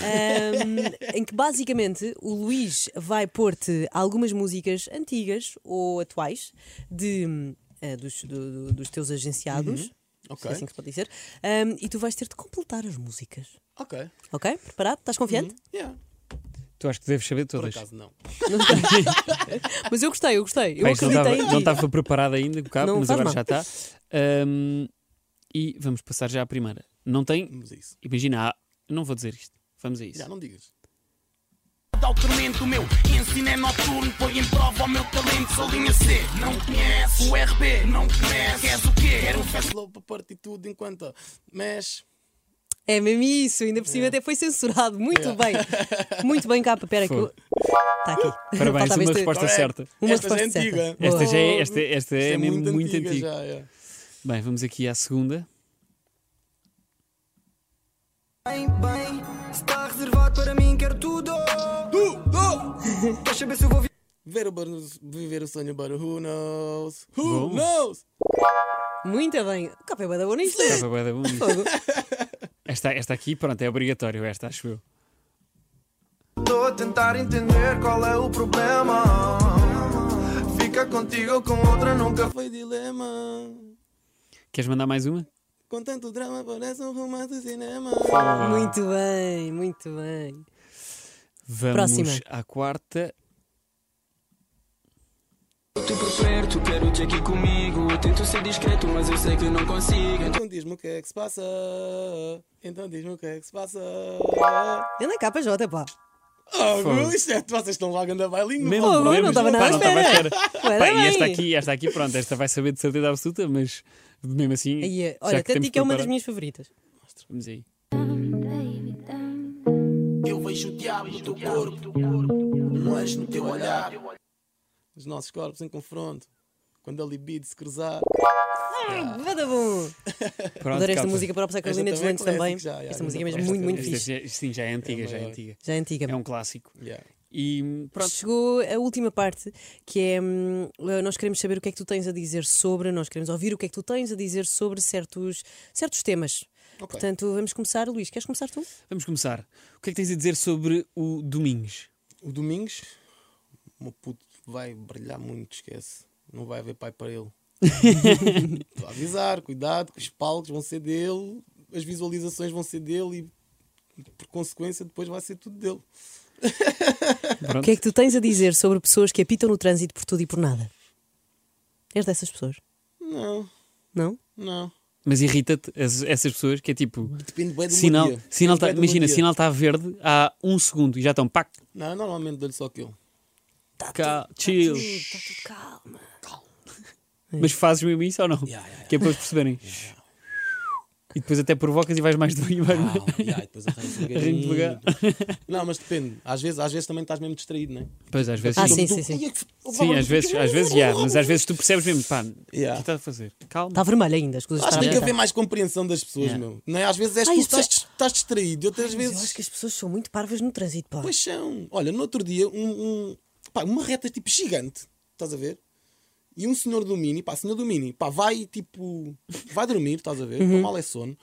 S2: Ahm, em que basicamente o Luís vai pôr-te algumas músicas antigas ou atuais de, hum, eh, dos, do- do- dos teus agenciados, se
S1: Ok.
S2: é assim que se pode dizer, ahm, e tu vais ter de completar as músicas.
S1: Ok.
S2: Ok? Preparado? Estás confiante?
S1: Yeah.
S3: Tu acho que deves saber
S1: Por
S3: todas.
S1: acaso não.
S2: Mas eu gostei, eu gostei. Eu
S3: Bem, isto não
S2: acreditei
S3: estava-
S2: em
S3: não
S2: ti.
S3: estava preparado ainda, um bocado,
S2: Não
S3: mas
S2: faz
S3: agora
S2: mal.
S3: já está. Hum, e vamos passar já à primeira. Não tem.
S1: Vamos a é isso.
S3: Imagina, ah, não vou dizer isto. Vamos a isso.
S1: Já não digas.
S5: Dá o tormento meu, ensino é noturno, põe em prova o meu talento, sou linha C, não conhece o RB, não conhece, queres o quê? Quero um festa
S1: Slow para partir tudo enquanto mexe.
S2: É mesmo isso, ainda por cima até foi censurado. Muito bem, muito bem, capa. Pera que eu...
S3: Foi.
S2: Está aqui.
S3: Parabéns,
S2: Faltava
S3: uma
S2: este-
S3: resposta Tá certa.
S2: Uma
S1: Esta já é
S2: resposta
S1: antiga.
S2: certa.
S3: Esta, já é,
S1: Oh,
S3: esta, esta é,
S1: isto
S3: mesmo muito, antiga.
S1: já, é.
S3: Bem, vamos aqui à segunda.
S6: Bem, bem, se está reservado para mim, quero tudo. Quer saber se eu vou
S1: Ver o bar- viver o sonho, but who knows? Who
S3: Bom.
S1: knows?
S2: Muito bem. O capa é bué da boa nisto.
S3: Estás a bué da bom nisto.
S2: Fogo.
S3: Esta, esta aqui, pronto, é obrigatório, esta, acho eu.
S6: Estou a tentar entender qual é o problema. Fica contigo ou com outra, nunca
S1: Foi dilema.
S3: Queres mandar mais uma?
S1: Com tanto drama, parece um romance de cinema.
S2: Muito bem, muito bem.
S3: Vamos
S2: Próxima.
S3: à quarta.
S7: Tu por perto, quero te aqui comigo. Eu tento ser discreto, mas eu sei que não consigo.
S1: Então diz-me o que é que se passa. Então diz-me o que é que se passa.
S2: Anda cá para Jota, pá.
S1: Oh,
S3: Fogo.
S1: meu, isto é, vocês estão lá a bailinho.
S3: Mesmo
S2: Oh,
S3: problemas.
S2: não estava nada à
S3: Pá, não estava à
S2: espera. Bué da
S3: Pá, e
S2: bem.
S3: esta aqui, esta aqui, pronto, esta vai saber de certeza absoluta, mas mesmo assim.
S2: Aí é-
S3: já
S2: olha, até
S3: temos
S2: digo que é uma das
S3: preparado-
S2: minhas favoritas.
S3: Vamos aí.
S5: Eu vejo o diabo no teu corpo, um anjo no teu olhar.
S1: Os nossos corpos em confronto. Quando a libido se cruzar.
S2: Ah, Bué da bom.
S3: Ah, Pronto,
S2: Adoro esta
S3: calma.
S2: música para a Carolina
S1: Esta
S2: dos
S1: também é
S2: Lantes também.
S1: clássica já, já,
S2: Esta música é
S1: esta
S2: mesmo muito, muito
S3: Esta-
S2: fixe.
S3: esta- Sim, já é antiga, já é antiga.
S2: Já é antiga.
S3: É um clássico.
S1: Yeah.
S3: E pronto,
S2: Chegou a última parte, que é hum, nós queremos saber o que é que tu tens a dizer sobre, nós queremos ouvir o que é que tu tens a dizer sobre certos, certos temas.
S1: Ok.
S2: Portanto, vamos começar, Luís. Queres começar tu?
S3: vamos começar. O que é que tens a dizer sobre o Domingos?
S1: O Domingos, o meu puto vai brilhar muito, esquece. Não vai haver pai para ele. Estou a avisar, cuidado, que os palcos vão ser dele, as visualizações vão ser dele e, por consequência, depois vai ser tudo dele.
S2: O que é que tu tens a dizer sobre pessoas que apitam no trânsito por tudo e por nada? És dessas pessoas?
S1: Não,
S2: Não?
S1: não.
S3: Mas irrita-te as- essas pessoas que é tipo.
S1: Depende bem do meu
S3: Sinal,
S1: dia.
S3: sinal
S1: Depende
S3: tá-
S1: bem do meu
S3: imagina,
S1: dia.
S3: sinal está verde há um segundo e já estão pá,
S1: Não, normalmente dou-lhe só Um. aquele.
S2: Tá
S3: cá, chill. Mas fazes mesmo isso ou não?
S1: É. Yeah, yeah,
S3: Que é para eles perceberem. E depois até provocas e vais mais devagar. vais mais-
S1: Calma, e aí depois arranjo
S3: Arranjo um
S1: devagarinho. Não, mas depende. Às vezes, às vezes também estás mesmo distraído, não é?
S3: Pois às vezes.
S2: Ah,
S3: sim.
S2: sim, sim, sim.
S3: Sim, às vezes, às vezes, yeah, mas às vezes tu percebes mesmo, pá, o que
S1: Yeah. Tá.
S3: está a fazer? Calma.
S2: Está Tá vermelho ainda, as coisas
S1: Acho que
S2: estão
S1: tem
S2: a
S1: que
S2: apitar.
S1: haver mais compreensão das pessoas,
S3: Yeah.
S1: meu. Não é? Às vezes és
S3: Ah,
S2: Ai,
S1: tu que
S2: as pessoas-
S1: estás, estás distraído, e outras
S2: Mas eu
S1: vezes.
S2: acho que as pessoas são muito parvas no trânsito, pá.
S1: Pois são. Olha, no outro dia, um, um- pá, uma reta tipo gigante. estás a ver? E um senhor do Mini, pá, senhor do Mini, pá, vai tipo, vai dormir, estás a ver? Uhum. mal é sono.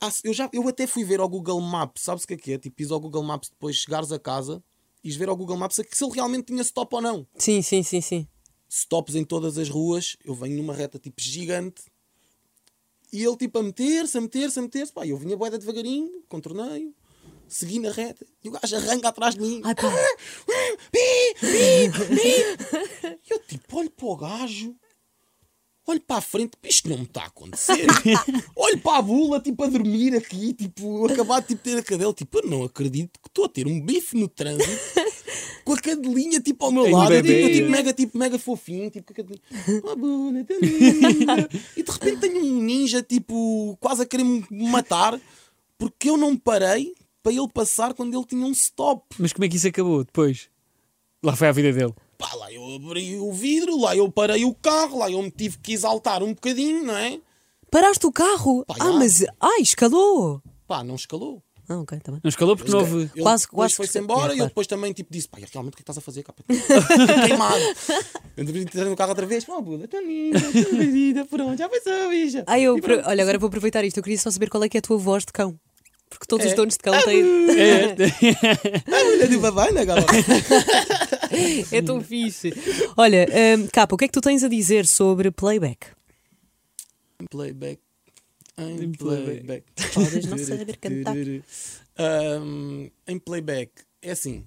S1: Ah, Eu, já, eu até fui ver ao Google Maps, sabes o que é que é? Tipo, ires ao Google Maps depois chegares a casa e ver ao Google Maps a que se ele realmente tinha stop ou não.
S2: Sim, sim, sim, sim.
S1: Stops em todas as ruas, eu venho numa reta tipo gigante e ele tipo a meter-se, a meter-se, a meter-se. Pá, eu vinha boeda devagarinho, contornei segui na reta e o gajo arranca atrás de mim.
S2: Ai, pá.
S1: Pi, pi, pi. E eu tipo, olho para o gajo, olho para a frente, isto não me está a acontecer. olho para a bula, tipo, a dormir aqui, tipo, acabado tipo, de ter a cadela, tipo, eu não acredito que estou a ter um bife no trânsito. Com a cadelinha tipo ao meu
S3: Em
S1: lado, eu
S3: bebê.
S1: tipo, eu, tipo, mega, tipo, mega fofinho, tipo, com a cadelinha. Oh, Bula, tão linda. E de repente tenho um ninja, tipo, quase a querer me matar, porque eu não parei para ele passar quando ele tinha um stop.
S3: Mas como é que isso acabou depois? Lá foi a vida dele.
S1: Pá, lá eu abri o vidro, lá eu parei o carro, lá eu me tive que exaltar um bocadinho, não é?
S2: Paraste o carro?
S1: Pá,
S2: ah,
S1: já.
S2: mas. Ai, escalou!
S1: Pá, não escalou.
S2: Ah, ok, tá bem.
S3: Não escalou porque não houve.
S1: Ele
S2: Quase-
S1: quase,
S2: quase
S1: depois foi-se
S2: que- É,
S1: embora e eu
S2: claro.
S1: depois também tipo, disse: pá, realmente o que é que estás a fazer, capa? Estou Queimado. Eu devia entrar no carro outra vez. Pá, Buda, tua linda, tua vida, por onde? Já pensou, bicha?
S2: Ai, eu, pro- Olha, agora vou aproveitar isto. Eu queria só saber qual é que é a tua voz de cão. Porque todos os
S1: É.
S2: donos de cão têm.
S3: É,
S1: Ah, Buda, tipo, vai, né, galera?
S2: é tão fixe. Olha, hum, capa, o que é que tu tens a dizer sobre playback?
S1: Playback. Em
S3: Em
S1: playback.
S3: playback.
S2: Podes não saber cantar.
S1: Ahm, em playback, é assim.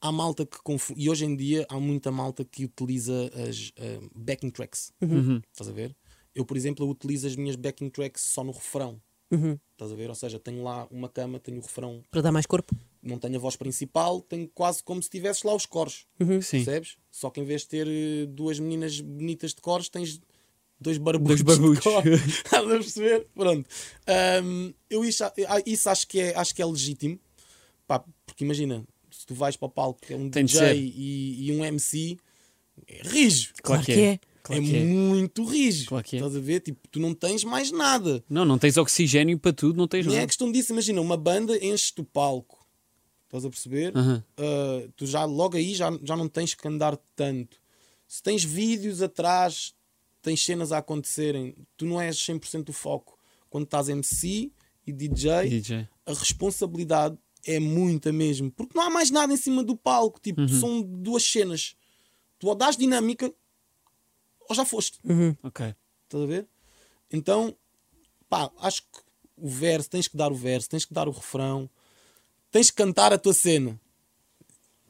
S1: Há malta que confunde. E hoje em dia há muita malta que utiliza as ahm, backing tracks.
S3: Uhum.
S2: Uhum.
S1: Estás a ver? Eu, por exemplo, eu utilizo as minhas backing tracks só no refrão.
S3: Uhum.
S1: Estás a ver? Ou seja, tenho lá uma cama, tenho o refrão,
S2: Para dar mais corpo?
S1: não tenho a voz principal, tenho quase como se tivesses lá os cores.
S3: Sim.
S1: Percebes? Só que em vez de ter eh, duas meninas bonitas de cores, tens dois barbudos.
S3: Dois barbudos.
S1: De cores. Estás a perceber? Pronto. Ahm, eu isso, a- ah, isso acho, que é, acho que é legítimo. Pá, porque imagina, se tu vais para o palco, que é um
S3: Tem de
S1: DJ
S3: ser.
S1: e, e um MC, é rijo.
S3: Claro que
S2: que
S3: é.
S2: é.
S3: Claro
S1: é,
S3: que é.
S1: muito rijo.
S3: Claro que é.
S1: Estás a ver? Tipo, tu não tens mais nada.
S3: Não, não tens oxigênio para tudo, não tens
S1: Nem é
S3: nada.
S1: questão disso. Imagina, uma banda enche o palco. Estás a perceber?
S3: Aham.
S1: Uh, tu já logo aí já, já não tens que andar tanto. Se tens vídeos atrás, tens cenas a acontecerem, tu não és 100% o foco. Quando estás MC e DJ,
S3: DJ.
S1: a responsabilidade é muita mesmo, porque não há mais nada em cima do palco. Tipo, são duas cenas. Tu ou dás dinâmica ou já foste.
S3: Ok.
S1: Estás a ver? Então, pá, acho que o verso, tens que dar o verso, tens que dar o refrão, tens que cantar a tua cena.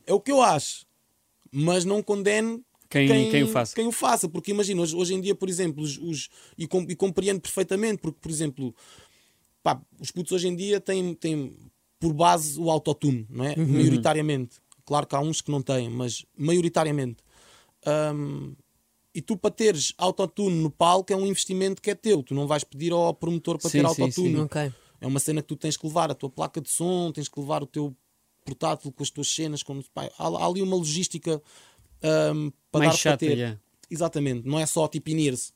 S1: É o que eu acho. Mas não condene
S3: Quem- quem o faça.
S1: Quem o faça, porque imagina, hoje, hoje em dia, por exemplo, os, os- e, com- e compreendo perfeitamente, porque, por exemplo, pá, os putos hoje em dia têm, têm por base o autotune, não é?
S3: Uhum.
S1: Maioritariamente. Claro que há uns que não têm, mas maioritariamente. Ahm, e tu para teres autotune no palco é um investimento que é teu. Tu não vais pedir ao promotor para
S3: Sim,
S1: ter
S3: sim,
S1: autotune.
S3: sim.
S2: Ok.
S1: É uma cena que tu tens que levar a tua placa de som, tens que levar o teu portátil com as tuas cenas. Com... Pá, há, há ali uma logística ahm, para
S3: Mais
S1: dar
S3: chata,
S1: para ter.
S3: yeah.
S1: Exatamente, não é só tipo Inirse.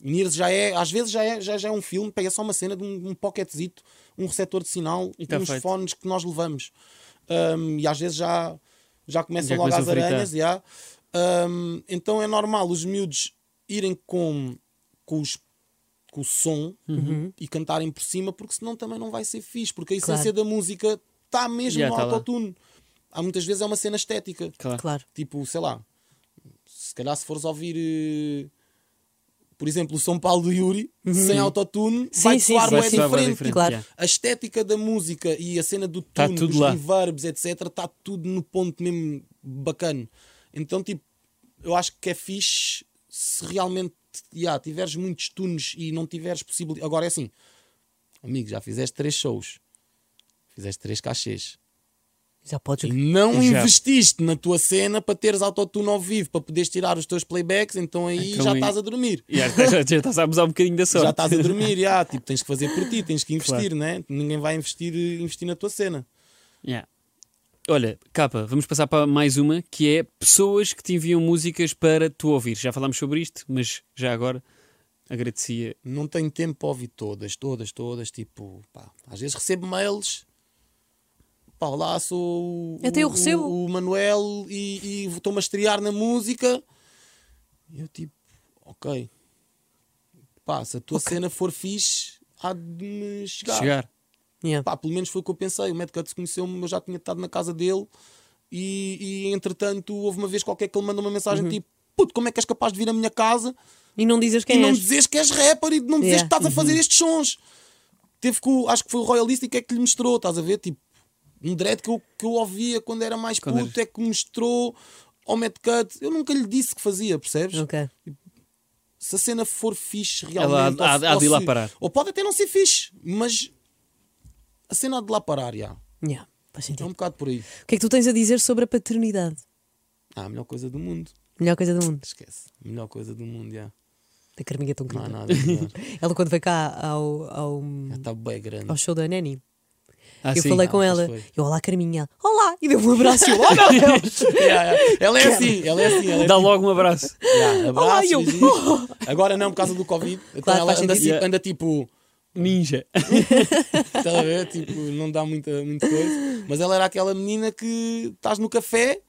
S1: Inirse já é, às vezes já é, já, já é um filme, pega só uma cena de um, um pocketzito, um receptor de sinal e
S3: E tá
S1: uns
S3: feito.
S1: fones que nós levamos. Ahm, e às vezes já, já
S3: Já
S1: começam logo
S3: começam
S1: as
S3: a fritar.
S1: aranhas. já. Ahm, então é normal os miúdos irem com, com os com o som
S3: Uhum.
S1: e cantarem por cima, porque senão também não vai ser fixe, porque a essência da música está mesmo
S3: Yeah,
S1: no
S3: tá lá.
S1: autotune. Há muitas vezes é uma cena estética.
S3: Claro.
S2: Claro.
S1: Tipo, sei lá, se calhar se fores ouvir, eh, por exemplo, o São Paulo do Yuri,
S3: Uhum.
S1: sem autotune,
S2: Sim,
S1: vai
S2: sim,
S1: soar
S2: sim.
S1: bué
S3: Vai soar bué
S1: diferente.
S3: diferente,
S1: Tipo,
S2: yeah.
S1: A estética da música e a cena do
S3: Tá
S1: tune,
S3: tudo
S1: dos
S3: lá.
S1: reverbs, etc, está tudo no ponto mesmo bacana. Então, tipo, eu acho que é fixe se realmente yeah, tiveres muitos tunes e não tiveres possibilidade. Agora é assim, amigo, já fizeste três shows, fizeste três cachês.
S2: Já podes.
S1: E não
S3: Tipo, Já.
S1: investiste na tua cena para teres autotune ao vivo, para poderes tirar os teus playbacks, então aí
S3: Então
S1: já
S3: aí-
S1: estás a dormir.
S3: E já, já, já estás a abusar um bocadinho da sorte.
S1: Já estás a dormir, já, tipo, tens que fazer por ti, tens que investir, né? Ninguém vai investir, eh, investir na tua cena.
S3: Yeah. Olha, capa, vamos passar para mais uma que é pessoas que te enviam músicas para tu ouvir. Já falámos sobre isto, mas já agora agradecia.
S1: Não tenho tempo para ouvir todas, todas, todas, tipo, pá, às vezes recebo mails pá, lá sou o,
S2: Até eu
S1: o-
S2: recebo.
S1: o, Manuel e, e estou-me a estrear na música. E eu tipo, ok. Pá, se a tua cena for fixe, há de me chegar.
S3: Chegar.
S2: Yeah.
S1: Pá, pelo menos foi o que eu pensei. O Mad Cuts conheceu-me, eu já tinha estado na casa dele. E, e, entretanto, houve uma vez qualquer que ele manda uma mensagem tipo: Puto, como é que és capaz de vir à minha casa
S2: E não dizes
S1: e
S2: quem
S1: não
S2: és.
S1: dizes que és rapper e não dizes
S2: Yeah.
S1: que estás a fazer
S3: Uhum.
S1: estes sons. Teve que, o- acho que foi o Royalistic é que lhe mostrou, estás a ver? Tipo, um dread que eu, que eu ouvia quando era mais
S3: Quando
S1: puto é que mostrou ao Mad Cut. Eu nunca lhe disse que fazia, percebes?
S2: Ok.
S1: Se a cena for fixe
S3: Ela
S1: realmente.
S3: há-
S1: ou se-
S3: há- há de ir
S1: ou
S3: lá
S1: se-
S3: parar.
S1: Ou pode até não ser fixe, mas a cena há de lá parar, já.
S2: Yeah. Faz
S1: É um
S2: sentido.
S1: bocado por aí.
S2: O que é que tu tens a dizer sobre a paternidade?
S1: Ah, a melhor coisa do mundo.
S2: Melhor coisa do mundo.
S1: Esquece. A melhor coisa do mundo, já.
S2: Da Carminha é tão
S1: Não
S2: querida.
S1: há nada. melhor.
S2: Ela quando veio cá ao, ao,
S1: Já está bem grande.
S2: ao show da Nani,
S3: Ah,
S2: eu
S3: sim.
S2: falei com
S1: pois
S2: ela.
S1: foi.
S2: Eu, olá Carminha, olá! E deu-me um abraço. e Eu, oh meu Deus!
S1: Yeah, yeah. Ela é assim, ela é assim. Ela é
S3: Dá
S1: assim.
S3: logo um abraço.
S1: Yeah, abraços,
S2: Oh, eu-
S1: beijinhos. Agora não, por causa do Covid. Então
S2: Claro,
S1: ela
S2: faz
S1: anda,
S2: sentido.
S1: assim- anda tipo.
S3: Ninja.
S1: Estás a ver? Tipo, não dá muita, muita coisa. Mas ela era aquela menina que estás no café.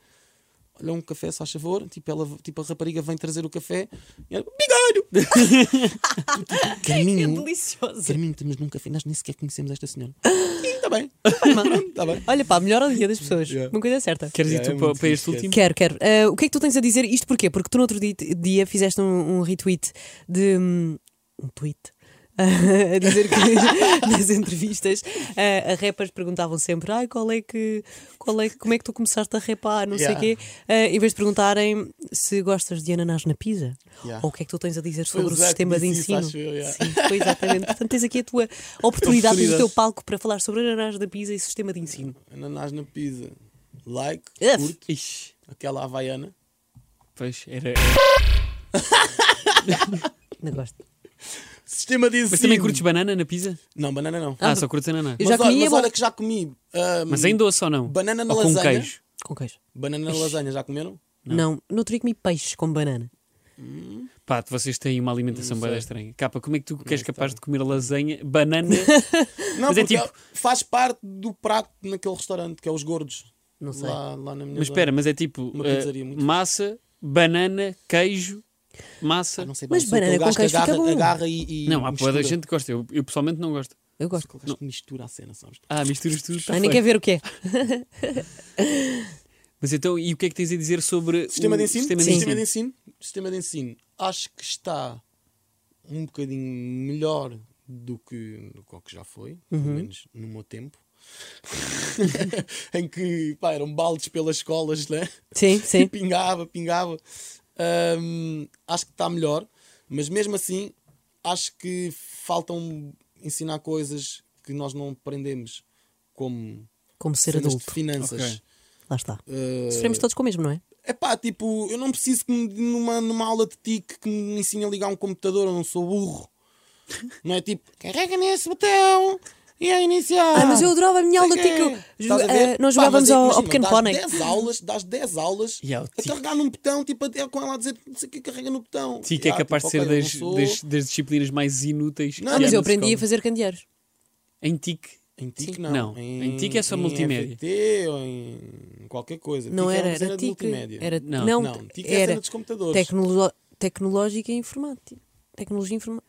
S1: Olha um café, se faz favor. Tipo, ela, tipo, a rapariga vem trazer o café. E ela, bigalho! Tipo,
S2: É
S1: Carminho,
S2: deliciosa.
S1: Carminho, estamos num café. Nós nem sequer conhecemos esta senhora. Sim, está bem.
S2: Tá
S1: Está bem.
S2: Olha pá, melhor ao dia das pessoas.
S1: Yeah.
S2: Uma coisa certa.
S3: Queres ir
S1: Yeah,
S3: tu
S1: é
S3: para-
S1: muito
S3: para este
S1: fixe,
S3: último?
S2: Quero, quero. Ah, o que é que tu tens a dizer? Isto porquê? Porque tu no outro di- dia fizeste um, um retweet de. hum, um tweet. ah, a dizer que nas entrevistas ah, a rappers perguntavam sempre Ai, qual é que, qual é, que- como é que tu começaste a rapar, não
S1: Yeah.
S2: sei o quê Ah, em vez de perguntarem se gostas de ananás na pizza
S1: Yeah.
S2: ou o que é que tu tens a dizer
S1: Foi
S2: sobre
S1: o
S2: o
S1: Zé que
S2: sistema de
S1: disse isso,
S2: ensino
S1: acho eu, yeah.
S2: sim, foi exatamente portanto tens aqui a tua oportunidade, tens o
S1: Oportunidade.
S2: teu palco para falar sobre ananás na pizza e sistema de ensino
S1: Ananás na pizza. Like,
S2: Uf.
S1: curto.
S3: Ixi,
S1: Aquela havaiana.
S3: pois, era.
S2: não gosto
S1: Sistema de ensino.
S3: Mas também curtes banana na pizza?
S1: Não, banana não.
S3: Ah, só curtes ananá.
S2: Eu
S1: mas
S2: já
S1: olha,
S2: comi, é
S1: mas
S2: bom.
S1: olha que já comi. ah,
S3: Mas é em doce ou não?
S1: banana na
S3: ou com
S1: lasanha.
S3: queijo?
S2: com queijo
S1: Banana na lasanha, já comeram?
S2: Não, não teria comido peixe com banana.
S3: Pá, vocês têm uma alimentação bem estranha. Capa, como é que tu que és capaz de comer lasanha, banana?
S1: Não,
S3: Mas é
S1: porque
S3: tipo-
S1: faz parte do prato naquele restaurante, que é os gordos.
S2: Não sei.
S1: Lá, lá na minha
S3: mas
S1: zona.
S3: espera, mas é tipo
S1: Uma
S3: eh,
S1: pizzaria muito
S3: massa, banana, queijo, massa.
S1: Ah, não sei,
S2: Mas
S1: bem, sou aquele
S2: banana com
S1: gajo
S2: queijo fica
S1: agarra,
S2: bom.
S1: agarra e, e
S3: Não, há
S1: mistura.
S3: boa da gente que gosta. Eu, eu pessoalmente não gosto.
S2: Eu gosto.
S1: Aquele gajo que mistura a cena, sabes?
S3: Ah, misturas tudo. tá
S2: Ai, nem
S3: feito.
S2: quer ver o que é.
S3: Mas então, e o que é que tens a dizer sobre
S1: Sistema
S3: o
S1: de ensino?
S3: sistema de
S1: sistema
S3: ensino?
S1: de ensino. Sistema de ensino. Acho que está um bocadinho melhor do que, do que o que já foi, pelo menos no meu tempo. em que pá, eram baldes pelas escolas, né?
S2: Sim, sim.
S1: pingava, pingava. Hum, acho que está melhor, mas mesmo assim, acho que faltam ensinar coisas que nós não aprendemos, como
S2: Como ser
S1: cenas de
S2: adulto.
S1: finanças.
S2: Lá está.
S1: Uh,
S2: Sofremos todos com o mesmo, não é?
S1: é pá, tipo, eu não preciso que me- numa, numa aula de TIC que me ensine a ligar um computador, eu não sou burro. Não é tipo, carrega nesse botão e é iniciar.
S2: Ah, mas eu adorava a minha aula de
S1: Sei
S2: tico.
S1: quê. Estás a ver?
S2: nós
S1: Pá,
S2: jogávamos
S1: mas é-
S2: ao, ao
S1: imagina,
S2: pequeno Ah, é
S1: dás
S2: pônei.
S1: 10 aulas, dás 10 aulas
S3: E ao
S1: a
S3: tic.
S1: carregar num botão, tipo, até com ela a dizer não sei o que carrega no botão.
S3: Sim, que
S1: E
S3: é
S1: há,
S3: capaz
S1: tipo,
S3: de ser
S1: ok, eu
S3: das,
S1: não sou-
S3: das, das disciplinas mais inúteis.
S1: Não,
S3: que
S2: Ah,
S3: há
S2: mas
S3: na
S2: eu aprendi a
S3: escola.
S2: fazer candeeiros.
S3: Em TIC.
S1: Em TIC
S3: Sim.
S1: não.
S3: Não, em TIC é só multimédia.
S1: FT ou em qualquer coisa.
S2: Não
S1: TIC é
S2: era,
S1: uma cena
S2: era
S1: de
S2: tique.
S1: multimédia.
S2: Era,
S3: Não,
S2: não,
S1: não, tique é a
S2: era
S1: cena dos computadores.
S2: tecnolo- tecnológica e informática. Tecnologia e informática.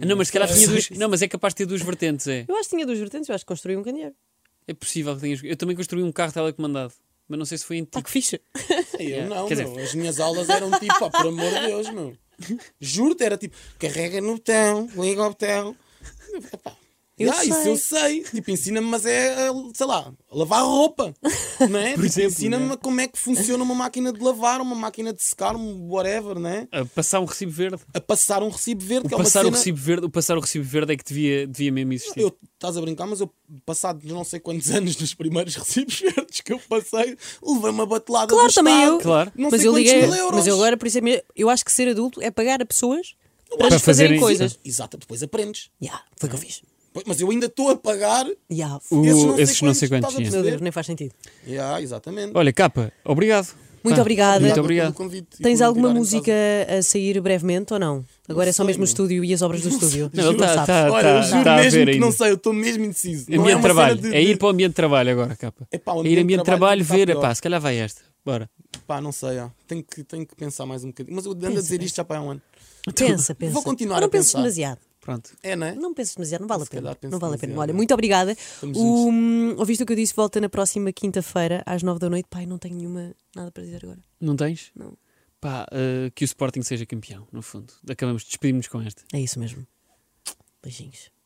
S3: Ah, Não, mas se calhar tinha duas. Não, mas é capaz de ter duas vertentes, é.
S2: Eu acho que tinha duas vertentes, eu acho que construí um candeeiro.
S3: É possível que tenhas. Eu também construí um carro telecomandado, mas não sei se foi em
S2: Pá,
S3: TIC.
S2: que ficha.
S1: Ei, Eu
S3: Yeah.
S1: não,
S3: Quer
S1: meu. As minhas aulas eram tipo, pá, por amor de Deus, meu. Juro-te, era tipo, carrega no botão, liga ao botão. Epá.
S2: Eu
S1: Ah, isso
S2: sei.
S1: eu sei. Tipo, ensina-me, mas é, sei lá, lavar roupa. Não é? Tipo,
S3: exemplo,
S1: ensina-me
S3: né?
S1: como é que funciona uma máquina de lavar, uma máquina de secar, um whatever, não é?
S3: A passar um recibo verde.
S1: A passar um recibo verde,
S3: O
S1: que é uma
S3: passar,
S1: cena...
S3: o recibo verde, o passar o recibo verde é que devia, devia mesmo existir.
S1: Eu, estás a brincar, mas eu, passado não sei quantos anos dos primeiros recibos verdes que eu passei, levei uma batelada
S2: Claro,
S1: do
S2: também
S1: Estado.
S2: eu.
S3: Claro.
S1: Não
S2: mas
S1: sei
S2: eu
S1: quantos
S2: liguei.
S1: mil euros.
S2: Mas eu agora, por isso é mesmo, eu acho que ser adulto é pagar a pessoas para,
S3: Para
S2: lhes
S3: fazerem-
S2: fazerem coisas.
S1: Exato, depois aprendes.
S2: Yeah, foi o que eu fiz.
S1: Pois, Mas eu ainda estou a pagar
S2: Yeah.
S3: O-
S1: esses não sei
S3: esses não sei
S1: quantos,
S3: quantos,
S1: estás a
S2: Meu
S1: perceber?
S2: Deus, nem faz sentido.
S1: Yeah, exatamente.
S3: Olha, capa, obrigado.
S2: Muito Muito
S3: Ah,
S2: obrigada.
S3: Muito
S1: pelo
S3: obrigado.
S1: convite e
S2: Tens
S1: por me
S2: alguma
S1: tirarem de
S2: música
S1: casa.
S2: a sair brevemente ou não? Agora é só
S1: sei,
S2: mesmo o
S1: meu.
S2: estúdio e as obras do estúdio.
S3: Não, ele
S2: Não
S3: tá-
S2: sabes.
S3: tá-
S1: Olha, eu juro
S3: tá a
S1: mesmo
S3: ver
S1: que
S3: ainda.
S1: não sei, eu estou mesmo indeciso. Não
S3: Ambiente
S1: é
S3: de
S1: uma
S3: trabalho.
S1: cena de-
S3: É ir
S1: de-
S3: para o ambiente de trabalho agora, capa.
S1: Epá, um o
S3: É ir a ambiente de trabalho,
S1: está
S3: ver.
S1: pior.
S3: Pá, se calhar vai esta. Bora.
S1: Pá, não sei, ó. Tenho, que, tenho que pensar mais um bocadinho. Mas eu ando a
S2: é.
S1: dizer isto já para há um ano.
S2: Pensa, pensa.
S1: Vou continuar
S2: Mas não
S1: a
S2: penses
S1: pensar.
S2: demasiado.
S3: Pronto.
S1: É, não é?
S2: Não penses demasiado, não vale a
S1: Se calhar
S2: pena.
S1: penso
S2: Não vale a pena.
S1: demasiado,
S2: Olha,
S1: é.
S2: muito obrigada.
S1: Estamos
S2: O, hum, ouviste o que eu disse? Volta na próxima quinta-feira, às nove da noite. Pai, não tenho nenhuma nada para dizer agora.
S3: Não tens?
S2: Não.
S3: Pá, eh, que o Sporting seja campeão, no fundo. Acabamos, despedimos-nos com esta.
S2: É isso mesmo. Beijinhos.